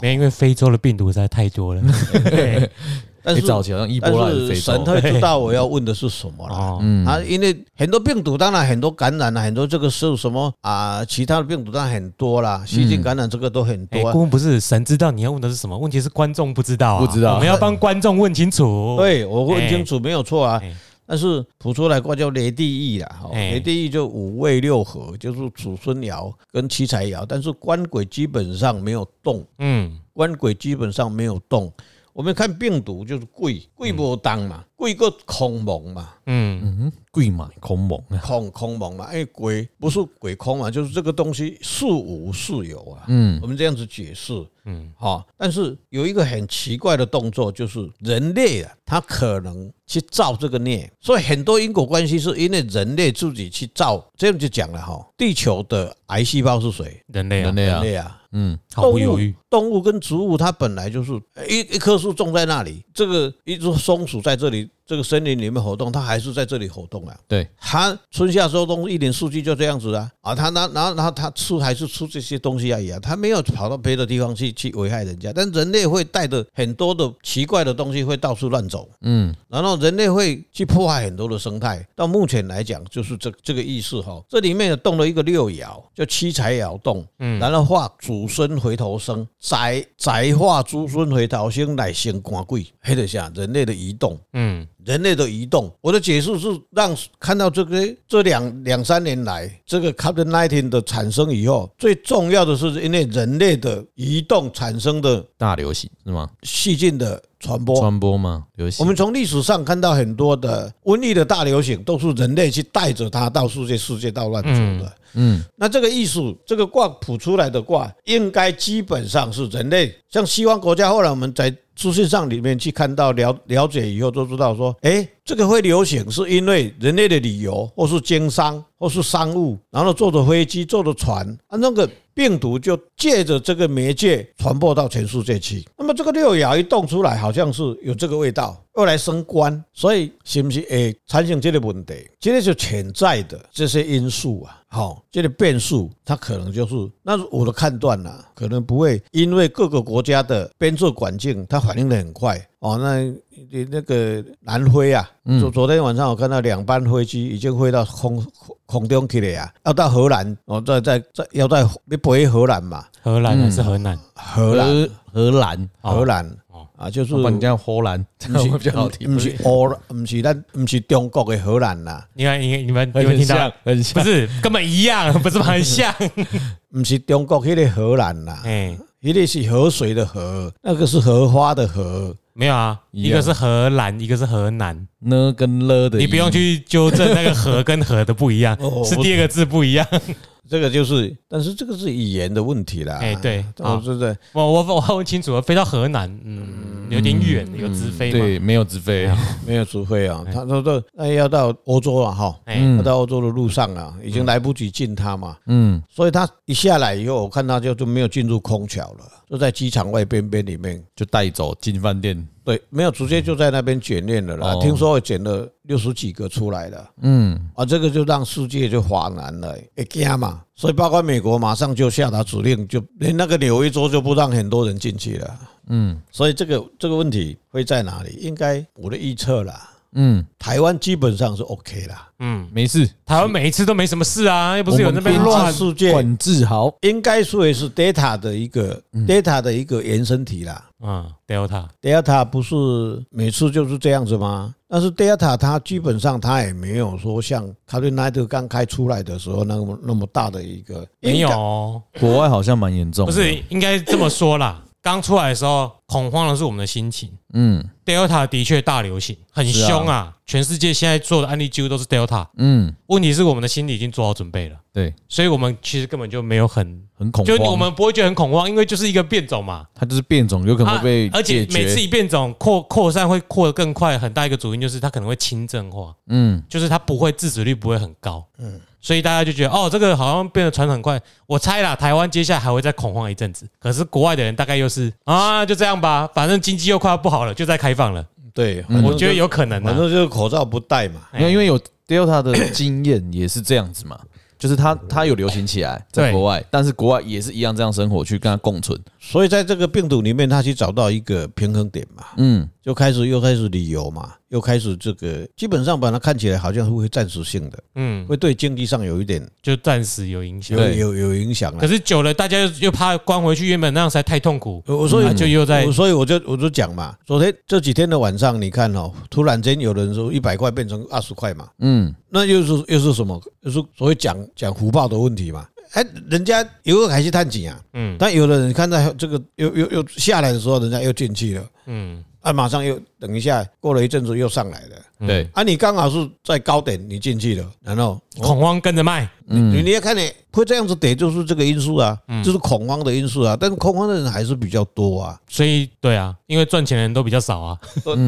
[SPEAKER 1] 没有因为非洲的病毒实在太多了，
[SPEAKER 3] 但是
[SPEAKER 2] 诶哎早期好像伊波
[SPEAKER 3] 但
[SPEAKER 2] 拉也
[SPEAKER 3] 是
[SPEAKER 2] 非洲
[SPEAKER 3] 神会知道我要问的是什么啦。
[SPEAKER 1] 哦，
[SPEAKER 3] 啊，因为很多病毒，当然很多感染了、很多这个是什么啊？其他的病毒当然很多啦，细菌感染这个都很
[SPEAKER 1] 哎，
[SPEAKER 3] 多、啊。
[SPEAKER 1] 顾问不是神知道你要问的是什么，问题是观众不知道啊，
[SPEAKER 4] 不知道
[SPEAKER 1] 我 们要帮观众问清楚。，
[SPEAKER 3] 对，我问清楚没有错啊
[SPEAKER 1] 哦哎。
[SPEAKER 3] 但是谱出来卦叫雷地义啦，哦
[SPEAKER 1] 哎
[SPEAKER 3] 雷地义就五味六合，就是祖孙爻跟七财爻，但是官鬼基本上没有动，
[SPEAKER 1] 嗯，
[SPEAKER 3] 官鬼基本上没有动。我们看病毒就是贵，贵无当嘛，贵个空蒙嘛，
[SPEAKER 1] 嗯，
[SPEAKER 2] 贵嘛，孔猛啊，
[SPEAKER 3] 空空蒙嘛，因为鬼不是鬼空嘛，就是这个东西是无是有啊。
[SPEAKER 2] 嗯
[SPEAKER 3] 我们这样子解释，
[SPEAKER 1] 嗯
[SPEAKER 3] 嗯，好、但是有一个很奇怪的动作，就是人类啊，他可能去造这个孽，所以很多因果关系是因为人类自己去造，这样就讲了哈、地球的癌细胞是谁？
[SPEAKER 1] 人类啊
[SPEAKER 2] 人，类啊
[SPEAKER 3] 人，类啊，
[SPEAKER 2] 嗯，
[SPEAKER 1] 毫不犹豫，
[SPEAKER 3] 动物跟植物它本来就是一一棵树种在那里，这个一只松鼠在这里，这个森林里面活动，它还是在这里活动啊。
[SPEAKER 2] 对，
[SPEAKER 3] 它春夏秋冬一年四季就这样子啊啊，它那然后然后它吃还是吃这些东西而已啊，它没有跑到别的地方去去危害人家。但人类会带着很多的奇怪的东西会到处乱走，
[SPEAKER 2] 嗯，
[SPEAKER 3] 然后人类会去破坏很多的生态。到目前来讲，就是这这个意思哈。这里面有动了一个六爻，叫七财爻动，然后化祖孙回头生，宅宅化诸孙回头生，乃先官贵。黑的下人类的移动，
[SPEAKER 1] 嗯，
[SPEAKER 3] 人类的移动。我的解释是让看到这个这两两三年来，这个 COVID 19的产生以后，最重要的是因为人类的移动产生的
[SPEAKER 2] 大流行是吗？
[SPEAKER 3] 细菌的传播。
[SPEAKER 2] 传播吗？流行，
[SPEAKER 3] 我们从历史上看到很多的瘟疫的大流行，都是人类去带着它到世界世界到乱走的。
[SPEAKER 2] 嗯，
[SPEAKER 3] 那这个艺术，这个卦谱出来的卦，应该基本上是人类像西方国家，后来我们在资讯上里面去看到了了解以后，都知道说，哎，这个会流行是因为人类的旅游，或是经商，或是商务，然后坐着飞机，坐着船，啊，那个病毒就借着这个媒介传播到全世界去。那么这个六爻一动出来，好像是有这个味道，又来升官，所以是不是会产生这个问题？这个就潜在的这些因素啊，好、这个变数它可能就是，那是我的判断啦、可能不会因为各个国家的边制管境，它反应的很快哦。那那个南非啊，昨昨天晚上我看到两班飞机已经飞到空空中去了呀，要到荷兰哦，在在在要在你飞荷兰嘛，
[SPEAKER 1] 荷兰还是河南？
[SPEAKER 3] 荷兰
[SPEAKER 2] 荷荷兰，
[SPEAKER 1] 哦
[SPEAKER 3] 荷兰
[SPEAKER 1] 哦
[SPEAKER 3] 啊，就是
[SPEAKER 2] 不然你叫荷兰，这样会比较好听。
[SPEAKER 3] 不是荷，不是咱不是中国的荷兰啦，
[SPEAKER 1] 你看，你你们你们
[SPEAKER 2] 很
[SPEAKER 1] 听到
[SPEAKER 2] 像？，很
[SPEAKER 1] 不
[SPEAKER 2] 像，
[SPEAKER 1] 是，根本一样， 不是吗？很像。
[SPEAKER 3] 不是中国迄个荷兰啦，
[SPEAKER 1] 哎，
[SPEAKER 3] 迄个是河水的河，那个是荷花的河。
[SPEAKER 1] 没有啊，
[SPEAKER 2] 一
[SPEAKER 1] 一
[SPEAKER 2] 样
[SPEAKER 1] 个是荷兰，一个是河南，
[SPEAKER 2] 呢跟了的音，
[SPEAKER 1] 你不用去纠正那个河跟河的不一样，
[SPEAKER 3] 哦
[SPEAKER 1] 是第二个字不一样。
[SPEAKER 3] 这个就是，但是这个是语言的问题啦。
[SPEAKER 1] 哎对好
[SPEAKER 3] 哦，对对，
[SPEAKER 1] 我我我问清楚了，飞到河南，嗯，有点远，有直飞吗？哎
[SPEAKER 2] 对，没有直飞，
[SPEAKER 3] 没有除非啊，他说这那要到欧洲啊，哈，
[SPEAKER 1] 哎，
[SPEAKER 3] 要到欧洲的路上啊，已经来不及进它嘛，
[SPEAKER 2] 嗯，
[SPEAKER 3] 所以它一下来以后，我看它就就没有进入空桥了，就在机场外边边里面，
[SPEAKER 2] 就带走进饭店，
[SPEAKER 3] 对，没有直接就在那边检验了啦
[SPEAKER 2] 哦。
[SPEAKER 3] 听说检了六十几个出来了，
[SPEAKER 2] 嗯，
[SPEAKER 3] 啊，这个就让世界就哗然了，会惊嘛。所以包括美国马上就下达指令，就连那个纽约州就不让很多人进去了。嗯，所以这个这个问题会在哪里？应该我的预测啦，
[SPEAKER 2] 嗯，
[SPEAKER 3] 台湾基本上是 OK 啦，
[SPEAKER 1] 嗯，
[SPEAKER 2] 没事，
[SPEAKER 1] 台湾每一次都没什么事啊，又不是有那边
[SPEAKER 3] 我们
[SPEAKER 1] 乱
[SPEAKER 3] 边。世界
[SPEAKER 2] 管制好，
[SPEAKER 3] 应该说也是 data 的一个 data 的一个延伸体啦。
[SPEAKER 1] 嗯，Delta，
[SPEAKER 3] Delta 不是每次就是这样子吗？但是 Delta 它基本上它也没有说像 COVID 19刚开出来的时候那么那么大的一个
[SPEAKER 1] 没有哦，
[SPEAKER 2] 国外好像蛮严重，
[SPEAKER 1] 不，是应该这么说啦。刚出来的时候，恐慌的是我们的心情。
[SPEAKER 2] 嗯
[SPEAKER 1] Delta 的确大流行，很
[SPEAKER 2] 是啊
[SPEAKER 1] 凶啊！全世界现在做的案例几乎都是 Delta。
[SPEAKER 2] 嗯，
[SPEAKER 1] 问题是我们的心理已经做好准备了，
[SPEAKER 2] 对，
[SPEAKER 1] 所以我们其实根本就没有很，
[SPEAKER 2] 很恐
[SPEAKER 1] 就
[SPEAKER 2] 慌，
[SPEAKER 1] 我们不会觉得很恐慌，因为就是一个变种嘛。
[SPEAKER 2] 它就是变种，有可能会被
[SPEAKER 1] 啊而且
[SPEAKER 2] 解
[SPEAKER 1] 每次
[SPEAKER 2] 决，
[SPEAKER 1] 一变种扩扩散会扩得更快，很大一个主因就是它可能会轻症化，
[SPEAKER 2] 嗯，
[SPEAKER 1] 就是它不会致死率不会很高。嗯，所以大家就觉得哦，这个好像变得传得很快。我猜啦，台湾接下来还会再恐慌一阵子。可是国外的人大概又是啊，就这样吧，反正经济又快要不好了，就在开放了。
[SPEAKER 3] 对，
[SPEAKER 2] 嗯
[SPEAKER 1] 我觉得有可能
[SPEAKER 3] 反
[SPEAKER 1] 啊。
[SPEAKER 3] 正就是口罩不戴嘛。
[SPEAKER 1] 哎
[SPEAKER 2] 因为因为有 Delta 的 经验也是这样子嘛，就是它它有流行起来在
[SPEAKER 1] 对
[SPEAKER 2] 国外，但是国外也是一样这样生活去跟它共存，
[SPEAKER 3] 所以在这个病毒里面，他去找到一个平衡点嘛。
[SPEAKER 2] 嗯，
[SPEAKER 3] 就开始又开始旅游嘛，又开始这个，基本上把它看起来好像是会暂时性的，
[SPEAKER 1] 嗯，
[SPEAKER 3] 会对经济上有一点
[SPEAKER 1] 就暂时有影响
[SPEAKER 3] 有。
[SPEAKER 2] 对
[SPEAKER 3] 有有影响啊
[SPEAKER 1] 可。是久了，大家又又怕关回去，原本那样实在太痛苦，
[SPEAKER 3] 我所
[SPEAKER 1] 啊
[SPEAKER 3] 以
[SPEAKER 1] 就又在
[SPEAKER 3] 嗯我所以我就我就讲嘛，昨天这几天的晚上，你看哦，突然间有人说一百块变成二十块嘛，
[SPEAKER 2] 嗯，
[SPEAKER 3] 那又是又是什么？又是所谓讲讲福报的问题嘛？哎，人家游客还是探景啊，
[SPEAKER 1] 嗯
[SPEAKER 3] 但有的人看到这个又又又下来的时候，人家又进去了，
[SPEAKER 1] 嗯，
[SPEAKER 3] 啊，马上又等一下，过了一阵子又上来了，
[SPEAKER 1] 嗯
[SPEAKER 2] 对，
[SPEAKER 3] 啊，你刚好是在高点你进去了，然后
[SPEAKER 1] 恐慌跟着卖，
[SPEAKER 3] 你你要看你会这样子跌，就是这个因素啊，
[SPEAKER 1] 嗯
[SPEAKER 3] 就是恐慌的因素啊，但是恐慌的人还是比较多啊，
[SPEAKER 1] 所以对啊，因为赚钱的人都比较少啊，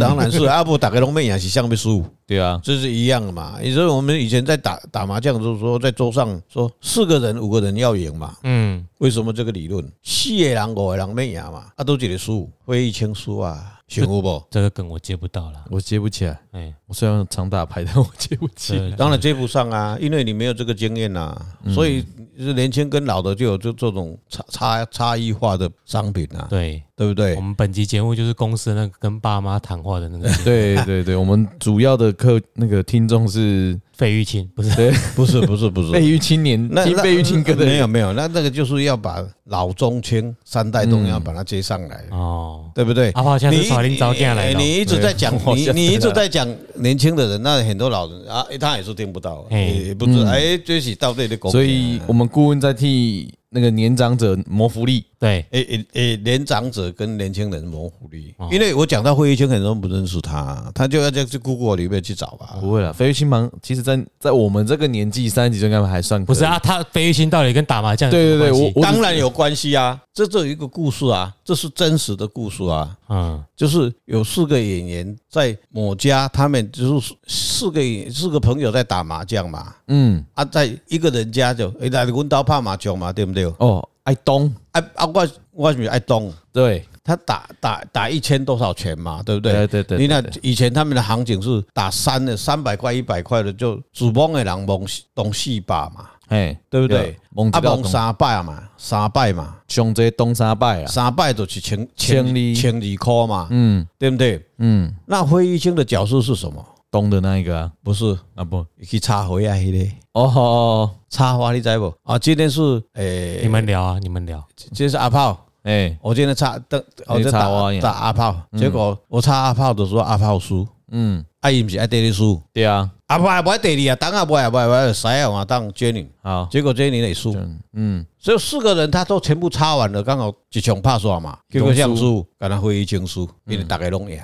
[SPEAKER 3] 当然是啊阿布打开龙妹也是像被输。
[SPEAKER 2] 对啊，
[SPEAKER 3] 这是一样的嘛。你说我们以前在打打麻将的时候，说在桌上说四个人五个人要赢嘛，
[SPEAKER 1] 嗯，
[SPEAKER 3] 为什么这个理论？四个人五个人没赢嘛，啊都一个输，会议清输啊，行 不不？
[SPEAKER 1] 这个梗我接不到了，
[SPEAKER 2] 我接不起来。
[SPEAKER 1] 哎，
[SPEAKER 2] 我虽然常打牌，但我接不起来。
[SPEAKER 1] 这
[SPEAKER 3] 当然接不上啊，因为你没有这个经验呐、
[SPEAKER 2] 嗯
[SPEAKER 3] 所以是年轻跟老的就有这这种差差差异化的商品啊，
[SPEAKER 1] 对
[SPEAKER 3] 对不对
[SPEAKER 2] 哦
[SPEAKER 1] 我？们本集节目就是公司那个跟爸妈谈话的 那个
[SPEAKER 2] 对对对，我们主要的客那个听众 是
[SPEAKER 1] 费玉清，不是
[SPEAKER 3] 不是不是不是，
[SPEAKER 2] 被育青年，
[SPEAKER 3] 那
[SPEAKER 2] 听
[SPEAKER 3] 那
[SPEAKER 2] 被育青歌的
[SPEAKER 3] 没
[SPEAKER 2] 人。
[SPEAKER 3] 有没有，那那个就是要把老中青三代都
[SPEAKER 2] 嗯
[SPEAKER 3] 要把它接上来，
[SPEAKER 1] 哦，
[SPEAKER 3] 对不对？
[SPEAKER 1] 阿炮现在
[SPEAKER 3] 你
[SPEAKER 1] 是耍林早干来
[SPEAKER 3] 哎
[SPEAKER 1] 的哦，
[SPEAKER 3] 你一直在讲
[SPEAKER 2] 我
[SPEAKER 3] 你
[SPEAKER 2] 吓死
[SPEAKER 3] 你一直
[SPEAKER 2] 了
[SPEAKER 3] 在讲年轻的人，那很多老人啊，哎他也是听不到，
[SPEAKER 1] 嘿嗯
[SPEAKER 3] 也也不知道哎，这是到底的公平
[SPEAKER 2] 所
[SPEAKER 3] 啊。
[SPEAKER 2] 以我们顾问在替那个年长者谋福利。
[SPEAKER 1] 对，
[SPEAKER 3] 哎哎哎，年长者跟年轻人模糊力，
[SPEAKER 1] 哦
[SPEAKER 3] 因为我讲到会议圈，很多人不认识他，他就要在去 Google 里面去找啊吧。
[SPEAKER 2] 不会啦，飞鱼青忙，其实在在我们这个年纪，三十几岁应该还算
[SPEAKER 1] 不是
[SPEAKER 2] 可以？
[SPEAKER 1] 啊，他费玉清到底跟打麻将有
[SPEAKER 2] 对
[SPEAKER 1] 什么关
[SPEAKER 2] 对对，我
[SPEAKER 1] 系
[SPEAKER 2] 我
[SPEAKER 3] 当然有关系啊，这这有一个故事啊，这是真实的故事啊。
[SPEAKER 1] 嗯
[SPEAKER 3] 就是有四个演员在某家，他们就是四个演四个朋友在打麻将嘛，
[SPEAKER 2] 嗯
[SPEAKER 3] 啊，在一个人家就哎，来阮兜拍麻将嘛，对不对？
[SPEAKER 2] 哦，爱东
[SPEAKER 3] 啊啊，我我是爱懂，
[SPEAKER 2] 对
[SPEAKER 3] 他打打打一千多少钱嘛，对不对？
[SPEAKER 2] 对对对，
[SPEAKER 3] 你
[SPEAKER 2] 对
[SPEAKER 3] 看以前他们的行情是打三的，三百块、一百块的，就主蒙的人蒙懂四把嘛，
[SPEAKER 2] 哎
[SPEAKER 3] 对不对
[SPEAKER 2] 对？，蒙这
[SPEAKER 3] 啊，
[SPEAKER 2] 个
[SPEAKER 3] 蒙
[SPEAKER 2] 东
[SPEAKER 3] 三百嘛，三百嘛，
[SPEAKER 2] 熊这东沙拜啊，
[SPEAKER 3] 三百就是千
[SPEAKER 2] 千二
[SPEAKER 3] 千二块嘛，
[SPEAKER 2] 嗯
[SPEAKER 3] 对不对？
[SPEAKER 2] 嗯，
[SPEAKER 3] 那会议清的角色是什么？
[SPEAKER 2] 东的那一个啊
[SPEAKER 3] 不是
[SPEAKER 2] 啊不
[SPEAKER 3] 去插花啊，迄个
[SPEAKER 2] 哦哦哦，
[SPEAKER 3] 插花你知不？啊，今天是诶，
[SPEAKER 2] 嗯
[SPEAKER 1] 你们聊啊，你们聊，
[SPEAKER 3] 今天是阿炮，
[SPEAKER 2] 哎
[SPEAKER 3] 我今天插等，我在打
[SPEAKER 2] 插花呀
[SPEAKER 3] 打阿炮，结果我插阿炮的时候，阿炮输。
[SPEAKER 2] 嗯
[SPEAKER 3] 啊，伊毋是爱第二输，
[SPEAKER 2] 对啊
[SPEAKER 3] 啊，不爱不爱第二啊，当啊不爱不爱不爱，谁啊换当 Jenny，
[SPEAKER 2] 好
[SPEAKER 3] 结果 Jenny 也输，
[SPEAKER 2] 嗯
[SPEAKER 3] 所以四个人他都全部插完了，刚好一场拍煞嘛，结果像输，跟他会议经输，因为大家拢赢，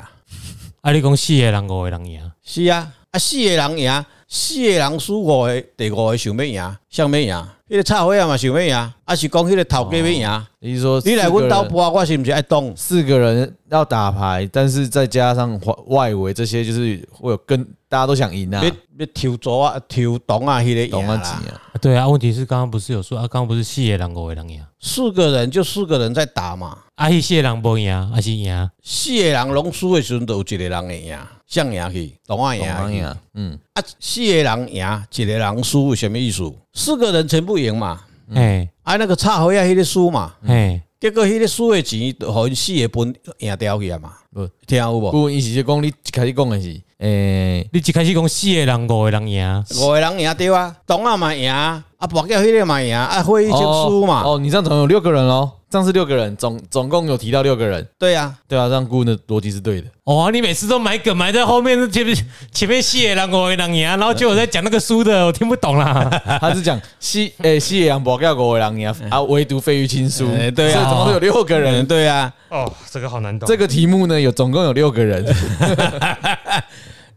[SPEAKER 1] 啊，你讲四个人五个人赢，
[SPEAKER 3] 是啊，啊四个人赢，四个人输五个，第五个想要赢，想要赢，迄个插花啊嘛想要赢，啊是讲迄个头家要赢，
[SPEAKER 2] 你是说
[SPEAKER 3] 你来
[SPEAKER 2] 四个
[SPEAKER 3] 阮兜
[SPEAKER 2] 人
[SPEAKER 3] 博，我是毋是爱当？
[SPEAKER 2] 四个人要打牌，但是再加上环外围这些，就是会有更大家都想赢啊
[SPEAKER 3] 要，要抽左啊，抽东啊，迄个
[SPEAKER 2] 懂
[SPEAKER 3] 赢
[SPEAKER 2] 啊
[SPEAKER 3] 啦
[SPEAKER 2] 几。啊？
[SPEAKER 1] 啊对啊，问题是刚刚不是有说啊，刚刚不是四个人五个人赢，
[SPEAKER 3] 四个人就四个人在打嘛，
[SPEAKER 1] 啊，迄四个人无赢，还是赢，啊
[SPEAKER 3] 四个人拢输的时阵，就有一个人会赢，谁赢去？同啊赢
[SPEAKER 2] 懂啊
[SPEAKER 3] 去。
[SPEAKER 2] 呀，嗯，
[SPEAKER 3] 啊，四个人赢，一个人输，有什么意思？四个人全部赢嘛，
[SPEAKER 2] 嗯
[SPEAKER 1] 哎
[SPEAKER 3] 啊，那个插回啊，迄个输嘛，
[SPEAKER 1] 哎，
[SPEAKER 3] 结果迄个输的钱，就互因四个分赢掉去啊嘛
[SPEAKER 2] 不。
[SPEAKER 3] 听有无？
[SPEAKER 2] 顾问一起就讲，你一开始讲的是，诶，
[SPEAKER 1] 你一开始讲四个人五个人赢，
[SPEAKER 3] 五个人赢对啊，同啊嘛赢，啊，博掉迄个嘛赢，啊，会议就输嘛，
[SPEAKER 2] 哦，哦你这样总有六个人哦，这样是六个人，总总共有提到六个人，
[SPEAKER 3] 对啊。
[SPEAKER 2] 对啊，这样顾问的逻辑是对的，
[SPEAKER 1] 哦，啊你每次都埋梗埋在后面，前面前面四个人五个人赢，然后就有在讲那个输的，我听不懂啦。
[SPEAKER 2] 他是讲西诶西野洋博盖国为狼呀，啊，唯独费玉清 输，
[SPEAKER 3] 哎对啊
[SPEAKER 2] 所以总共有六个
[SPEAKER 3] 嗯，
[SPEAKER 2] 人。
[SPEAKER 3] 对啊，
[SPEAKER 1] 哦，这个好难懂
[SPEAKER 2] 这个题目呢，有总共有六个人，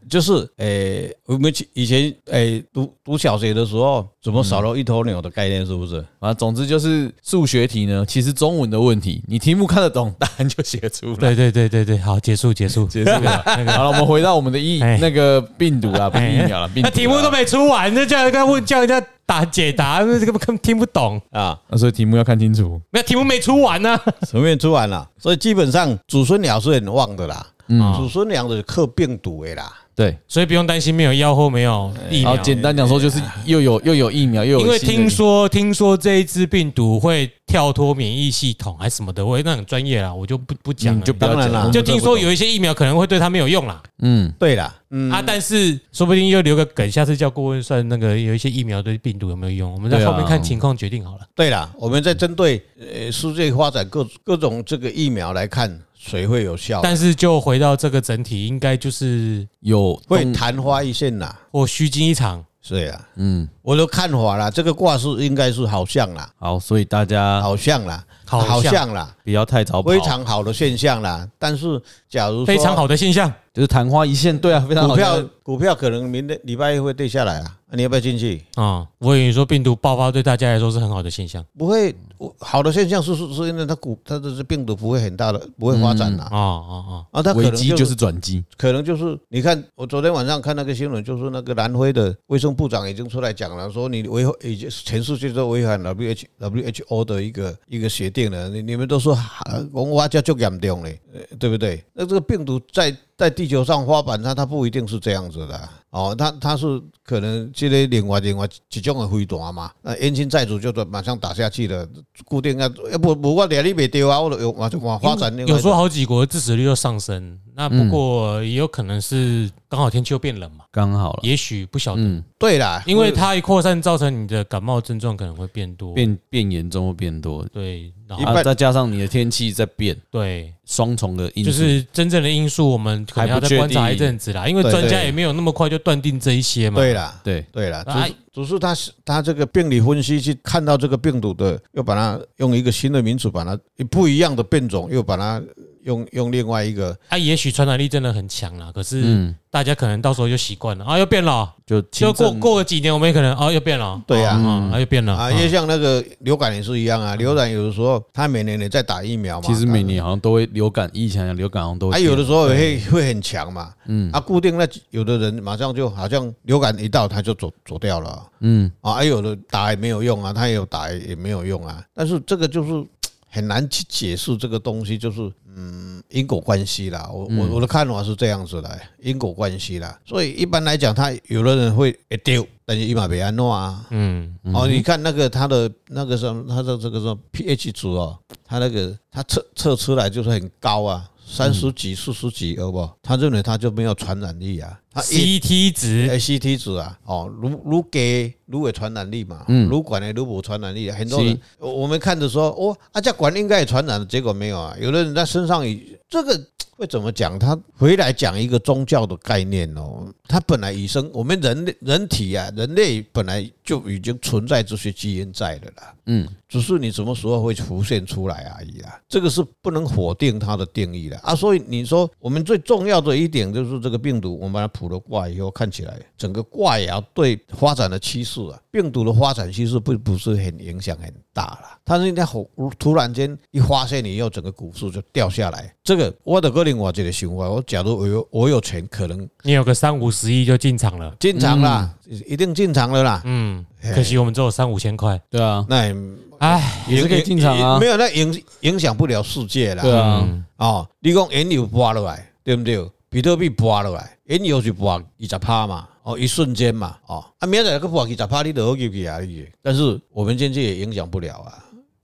[SPEAKER 3] 就是诶、我们以前诶、读读小学的时候，怎么少了一头牛的概念是不是？
[SPEAKER 2] 啊，总之就是数学题呢，其实中文的问题，你题目看得懂， 答案就写出 来。
[SPEAKER 1] 对对对对对，好，结束结束。
[SPEAKER 2] 结束 了。好了，我们回到我们的疫
[SPEAKER 1] 哎
[SPEAKER 2] 那个病毒啦，不是 疫苗了，病
[SPEAKER 1] 那
[SPEAKER 2] 毒啦。
[SPEAKER 1] 题目都没出完，就叫人家问，叫人家打解答，这个根本听不懂。
[SPEAKER 3] 啊，
[SPEAKER 2] 啊，所以题目要看清楚。
[SPEAKER 1] 没有题目没出完啊呢。
[SPEAKER 3] 层 面出完了，所以基本上祖孙鸟是很旺的啦，
[SPEAKER 2] 嗯
[SPEAKER 3] 祖孙鸟是克病毒的啦，
[SPEAKER 2] 对，
[SPEAKER 1] 所以不用担心没有药或没有疫
[SPEAKER 2] 好，
[SPEAKER 1] 苗。
[SPEAKER 2] 简单讲说就是又有又有疫苗，又有
[SPEAKER 1] 因为
[SPEAKER 2] 新的
[SPEAKER 1] 听说听说这一支病毒会跳脱免疫系统还是什么的，我那很专业啦，我就不不讲
[SPEAKER 2] 嗯
[SPEAKER 1] 了。
[SPEAKER 2] 就不要
[SPEAKER 3] 当然
[SPEAKER 2] 讲
[SPEAKER 3] 啦
[SPEAKER 2] 我们
[SPEAKER 1] 就
[SPEAKER 2] 都
[SPEAKER 1] 听
[SPEAKER 2] 不
[SPEAKER 1] 说
[SPEAKER 2] 懂
[SPEAKER 1] 有一些疫苗可能会对它没有用啦，
[SPEAKER 2] 嗯
[SPEAKER 3] 对啦，嗯，
[SPEAKER 1] 啊，但是说不定又留个梗，下次叫顾问算那个有一些疫苗对病毒有没有用，我们在
[SPEAKER 2] 对啊
[SPEAKER 1] 后面看情况决定好了。
[SPEAKER 3] 对啦，我们在针对呃世界发展各各种这个疫苗来看，谁会有效？
[SPEAKER 1] 但是就回到这个整体，应该就是
[SPEAKER 2] 有
[SPEAKER 3] 会
[SPEAKER 2] 动
[SPEAKER 3] 昙花一现啦，
[SPEAKER 1] 我虚惊一场，
[SPEAKER 3] 是啦，
[SPEAKER 2] 嗯
[SPEAKER 3] 我的看法啦，这个卦是应该是好像啦，
[SPEAKER 2] 好，所以大家
[SPEAKER 3] 好像啦，
[SPEAKER 1] 好像
[SPEAKER 3] 像啦，
[SPEAKER 2] 不要太早跑，
[SPEAKER 3] 非常好的现象啦。但是假如说
[SPEAKER 1] 非常好的现象。
[SPEAKER 2] 就是昙花一现，对啊，非常
[SPEAKER 3] 股
[SPEAKER 2] 好
[SPEAKER 3] 票，股票可能明天礼拜一会跌下来啊，你要不要进去？
[SPEAKER 1] 啊、我以为说病毒爆发对大家来说是很好的现象
[SPEAKER 3] 不会，我好的现象是是是因为它股它的这病毒不会很大的不会发展啦
[SPEAKER 1] 啊。啊
[SPEAKER 3] 啊，它
[SPEAKER 2] 嗯
[SPEAKER 3] 可
[SPEAKER 2] 危
[SPEAKER 3] 能
[SPEAKER 2] 机
[SPEAKER 3] 就
[SPEAKER 2] 就是是转机，
[SPEAKER 3] 可能就是你看，我昨天晚上看那个新闻，就是那个南非的卫生部长已经出来讲了，说你违已经全世界都违反 WH WHO 的一个一个协定了。你你们都说啊讲话叫就严重嘞，呃对不对？那这个病毒在在地球上发展，它它不一定是这样子的啊哦，它它是可能这个另外另外一种的飞弹嘛，那冤亲债主就得马上打下去了，固定啊，要不不我连你袂丢啊，我就有我就往发展
[SPEAKER 1] 啊！
[SPEAKER 3] 另外一嗯
[SPEAKER 1] 有
[SPEAKER 3] 种。
[SPEAKER 1] 说好几国致死率又上升，那不过也有可能是刚好天气又变冷嘛，
[SPEAKER 2] 刚好了，
[SPEAKER 1] 也许不晓得，
[SPEAKER 2] 嗯，
[SPEAKER 3] 对啦，
[SPEAKER 1] 因为它一扩散，造成你的感冒症状可能会变多。
[SPEAKER 2] 变变严重会变多，
[SPEAKER 1] 对，然
[SPEAKER 3] 一
[SPEAKER 1] 后
[SPEAKER 3] 般
[SPEAKER 2] 啊，再加上你的天气在变，
[SPEAKER 1] 对，
[SPEAKER 2] 双重的因素，
[SPEAKER 1] 就是真正的因素，我们可能要
[SPEAKER 2] 还不
[SPEAKER 1] 再
[SPEAKER 2] 确
[SPEAKER 1] 观察
[SPEAKER 2] 定
[SPEAKER 1] 一阵子啦，因为专
[SPEAKER 3] 对
[SPEAKER 1] 家
[SPEAKER 3] 对
[SPEAKER 1] 也没有那么快就断定这一些嘛。
[SPEAKER 3] 对啦。
[SPEAKER 2] 对，
[SPEAKER 3] 对了，
[SPEAKER 1] 啊
[SPEAKER 3] 只是只是他是他这个病理分析去看到这个病毒的，又把它用一个新的名词把它不一样的变种，又把它用用另外一个
[SPEAKER 1] 啊，也许传染力真的很强啦，可是
[SPEAKER 2] 嗯，
[SPEAKER 1] 大家可能到时候就习惯了啊，又变了，
[SPEAKER 2] 就
[SPEAKER 1] 就
[SPEAKER 2] 轻
[SPEAKER 1] 过
[SPEAKER 2] 症
[SPEAKER 1] 过了几年，我们也可能啊又变了，
[SPEAKER 3] 对啊
[SPEAKER 1] 啊啊又变了
[SPEAKER 3] 啊，也像那个流感也是一样啊，流感有的时候它每年也在打疫苗嘛，
[SPEAKER 2] 其实每年好像都会流感，以前流感好像都会
[SPEAKER 3] 它
[SPEAKER 2] 变，
[SPEAKER 3] 有的时候会会很强嘛，嗯，啊，固定那几有的人马上就好像流感一到他就走走掉了，嗯，啊，还有的打也没有用啊，他也有打也也没有用啊，但是这个就是很难去解释这个东西，就是嗯因果关系啦，我我
[SPEAKER 1] 嗯
[SPEAKER 3] 我的看法是这样子的，因果关系啦，所以一般来讲，他有的人会会丢，但是伊嘛别安诺啊，
[SPEAKER 1] 嗯，
[SPEAKER 3] 哦，你看那个他的那个什么，他的这个什么 pH 值哦，他那个他测测出来就是很高啊，三十几、四十几，好不好？他认为他就没有传染力啊，他一
[SPEAKER 1] CT 值
[SPEAKER 3] CT 值啊，哦，如如给如有传染力嘛，嗯，如管的如无传染力，很多人
[SPEAKER 2] 是
[SPEAKER 3] 我我们看着说，哦，啊，这管应该也传染，结果没有啊，有的人在身上也这个。会怎么讲？他回来讲一个宗教的概念哦，他本来以生我们人类人体啊，人类本来就已经存在这些基因在的啦，
[SPEAKER 2] 嗯，
[SPEAKER 3] 只是你什么时候会浮现出来而已啦，这个是不能否定它的定义的啊。所以你说我们最重要的一点就是这个病毒，我们把它卜了卦以后，看起来整个卦也要对发展的趋势啊，病毒的发展趋势不不是很影响很大啦，但是它忽突然间一发现以后，整个股市就掉下来，这个我的个人我这个想法，我假如我有我有钱，可能
[SPEAKER 1] 你有个三五十亿就进场了，
[SPEAKER 3] 进场啦，一定进场了啦。
[SPEAKER 1] 嗯，
[SPEAKER 3] 嘿
[SPEAKER 1] 可惜我们只有三五千块，
[SPEAKER 2] 对啊，
[SPEAKER 3] 那也哎
[SPEAKER 1] 唉，
[SPEAKER 2] 也是可以进场啊
[SPEAKER 3] 没，有那影影响不了世界啦。
[SPEAKER 2] 对啊，
[SPEAKER 1] 嗯
[SPEAKER 3] 哦，你讲原油拔落来，对不对？比特币拔落来，原油是拔二十趴嘛，哦，一瞬间嘛，哦，啊，明仔个拔二十趴，你就好入去啊，你。但是我们经济也影响不了啊，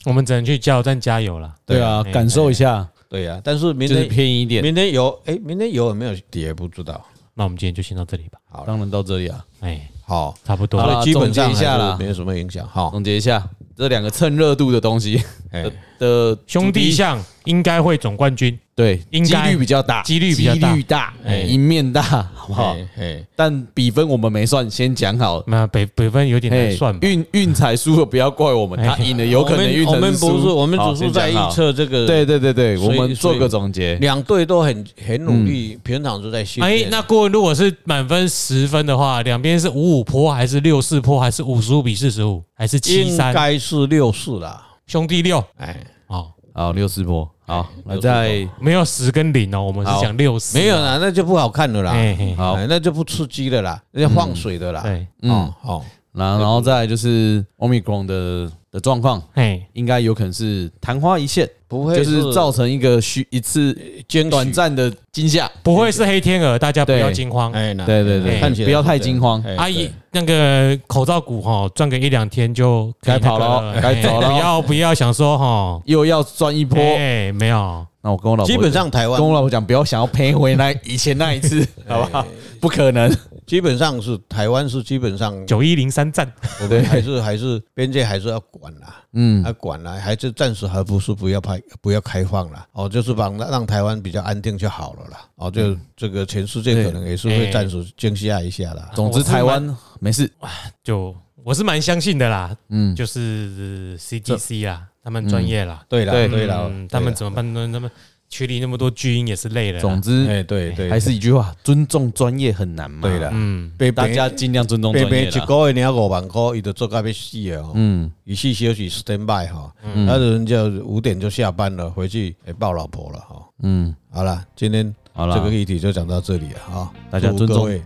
[SPEAKER 1] 我们只能去加油站加油了。
[SPEAKER 2] 对啊，感受一下，
[SPEAKER 3] 对呀、但是明
[SPEAKER 2] 就是
[SPEAKER 3] 天
[SPEAKER 2] 便宜一点，
[SPEAKER 3] 明天油，哎，明天油有没有跌不知道。
[SPEAKER 1] 那我们今天就先到这里吧，
[SPEAKER 3] 好了，
[SPEAKER 2] 当然到这里啊，
[SPEAKER 1] 哎，
[SPEAKER 3] 好，
[SPEAKER 1] 差不多
[SPEAKER 2] 好
[SPEAKER 1] 了。
[SPEAKER 2] 啦
[SPEAKER 3] 所以基本上
[SPEAKER 2] 总结一下啦
[SPEAKER 3] 还是没有什么影响哈。
[SPEAKER 2] 总结一下这两个蹭热度的东西
[SPEAKER 3] 哎
[SPEAKER 2] 的的
[SPEAKER 1] 兄弟象应该会总冠军，
[SPEAKER 2] 对，
[SPEAKER 1] 应
[SPEAKER 2] 几
[SPEAKER 1] 该
[SPEAKER 2] 率比较大，
[SPEAKER 1] 几率比较大
[SPEAKER 2] 几率大，
[SPEAKER 1] 哎
[SPEAKER 2] 哎赢面大，好不好？
[SPEAKER 3] 哎哎，
[SPEAKER 2] 但比分我们没算，先讲好。
[SPEAKER 1] 那北北分有点难
[SPEAKER 2] 哎，
[SPEAKER 1] 算吧。哎
[SPEAKER 2] 运运彩输了不要怪我们，他赢了有可能运
[SPEAKER 3] 我
[SPEAKER 2] 成
[SPEAKER 3] 们我们不是，
[SPEAKER 2] 输
[SPEAKER 3] 我们
[SPEAKER 2] 好
[SPEAKER 3] 只是在
[SPEAKER 2] 先讲好
[SPEAKER 3] 预测这个。
[SPEAKER 2] 对对对对，
[SPEAKER 3] 所
[SPEAKER 2] 我
[SPEAKER 3] 以
[SPEAKER 2] 们做
[SPEAKER 3] 所
[SPEAKER 2] 个
[SPEAKER 3] 以
[SPEAKER 2] 总结。
[SPEAKER 3] 两队都很很努力，平常都在训
[SPEAKER 1] 哎
[SPEAKER 3] 练，。
[SPEAKER 1] 那顾问如果是满分十分的话，两边是五五坡还是六四坡，还是五十五比四十五，还是七
[SPEAKER 3] 应
[SPEAKER 1] 三？
[SPEAKER 3] 该是六四啦。
[SPEAKER 1] 兄弟六
[SPEAKER 3] 哎，
[SPEAKER 1] 哦，
[SPEAKER 2] 好，六四波，好，那
[SPEAKER 3] 六四波哎
[SPEAKER 2] 再
[SPEAKER 1] 没有十跟零哦，我们是
[SPEAKER 3] 好
[SPEAKER 1] 讲六四。
[SPEAKER 3] 没有啦，那就不好看了啦。
[SPEAKER 1] 哎，嘿
[SPEAKER 2] 好
[SPEAKER 3] 哎，那就不刺激的啦，那就放水的啦。
[SPEAKER 1] 对，
[SPEAKER 2] 嗯
[SPEAKER 3] 哦，
[SPEAKER 2] 然后然后再来就是 Omicron 的的的状况，
[SPEAKER 1] 嘿，
[SPEAKER 2] 应该有可能是昙花一现，
[SPEAKER 3] 不会
[SPEAKER 2] 就是造成一个虚一次
[SPEAKER 3] 惊
[SPEAKER 2] 短
[SPEAKER 3] 喜
[SPEAKER 2] 暂的惊吓。
[SPEAKER 1] 不会是黑天鹅，大家不要
[SPEAKER 2] 对
[SPEAKER 1] 惊慌。
[SPEAKER 3] 哎，那
[SPEAKER 2] 对对对
[SPEAKER 3] 看起来
[SPEAKER 2] 不要
[SPEAKER 3] 是
[SPEAKER 2] 太
[SPEAKER 3] 这样
[SPEAKER 2] 惊慌
[SPEAKER 3] 哎
[SPEAKER 1] 阿
[SPEAKER 3] 对
[SPEAKER 1] 姨，那个口罩股哈，赚个一两天就可以
[SPEAKER 2] 该跑了
[SPEAKER 1] 那个
[SPEAKER 2] 该走了
[SPEAKER 1] 哎不要不要想说哈，
[SPEAKER 2] 又要赚一波，
[SPEAKER 1] 哎，没有，
[SPEAKER 2] 那我跟我老婆
[SPEAKER 3] 基本上台湾
[SPEAKER 2] 跟我老婆讲，不要想要赔回那以前那一 次，好不好？不可能，
[SPEAKER 3] 基本上是台湾是基本上
[SPEAKER 1] 九一零三站，
[SPEAKER 3] 我们还是还是边界还是要管啦，
[SPEAKER 2] 嗯，
[SPEAKER 3] 要管啦，还是暂时还不是不要开不要开放啦，哦，就是把让台湾比较安定就好了啦，哦，就这个全世界可能也是会暂时惊吓一下啦，
[SPEAKER 2] 总
[SPEAKER 1] 我
[SPEAKER 2] 之
[SPEAKER 1] 是
[SPEAKER 2] 台湾没事，
[SPEAKER 3] 哎
[SPEAKER 1] 就我是蛮相信的啦，
[SPEAKER 2] 嗯，
[SPEAKER 1] 就是 CDC 啦，他们专业啦，
[SPEAKER 3] 对啦
[SPEAKER 2] 对
[SPEAKER 3] 对啦
[SPEAKER 1] 嗯，他们怎么判断？他们群里那么多巨婴也是累了啦，
[SPEAKER 2] 总
[SPEAKER 3] 对
[SPEAKER 2] 之
[SPEAKER 3] 啦哎对对
[SPEAKER 2] 还是一句话，尊重专业很难嘛。
[SPEAKER 3] 对啦，
[SPEAKER 1] 嗯，
[SPEAKER 3] 被
[SPEAKER 2] 大家尽量尊重
[SPEAKER 3] 被
[SPEAKER 2] 专
[SPEAKER 3] 被
[SPEAKER 2] 业
[SPEAKER 3] 一
[SPEAKER 2] 啦。
[SPEAKER 3] 个月领五万块，伊就做到要死的哦，
[SPEAKER 2] 嗯，
[SPEAKER 3] 一四小时 stand by 哈，那人家五点就下班了，回去哎抱老婆了哈，
[SPEAKER 2] 嗯，
[SPEAKER 3] 好了，今天
[SPEAKER 2] 好啦
[SPEAKER 3] 这个议题就讲到这里了哈，
[SPEAKER 2] 大家
[SPEAKER 3] 祝
[SPEAKER 2] 尊
[SPEAKER 3] 各
[SPEAKER 2] 重
[SPEAKER 3] 位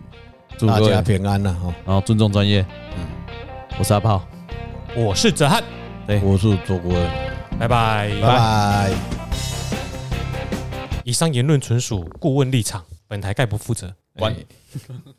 [SPEAKER 2] 祝
[SPEAKER 3] 大
[SPEAKER 2] 各位
[SPEAKER 3] 家，嗯平安啊了哈。
[SPEAKER 2] 然后尊重专业。我是阿炮。
[SPEAKER 1] 我是哲翰，
[SPEAKER 3] 我是周国恩，
[SPEAKER 1] 拜拜。
[SPEAKER 3] 拜拜。哎
[SPEAKER 1] 以上言论纯属顾问立场，本台概不负责。
[SPEAKER 3] 关。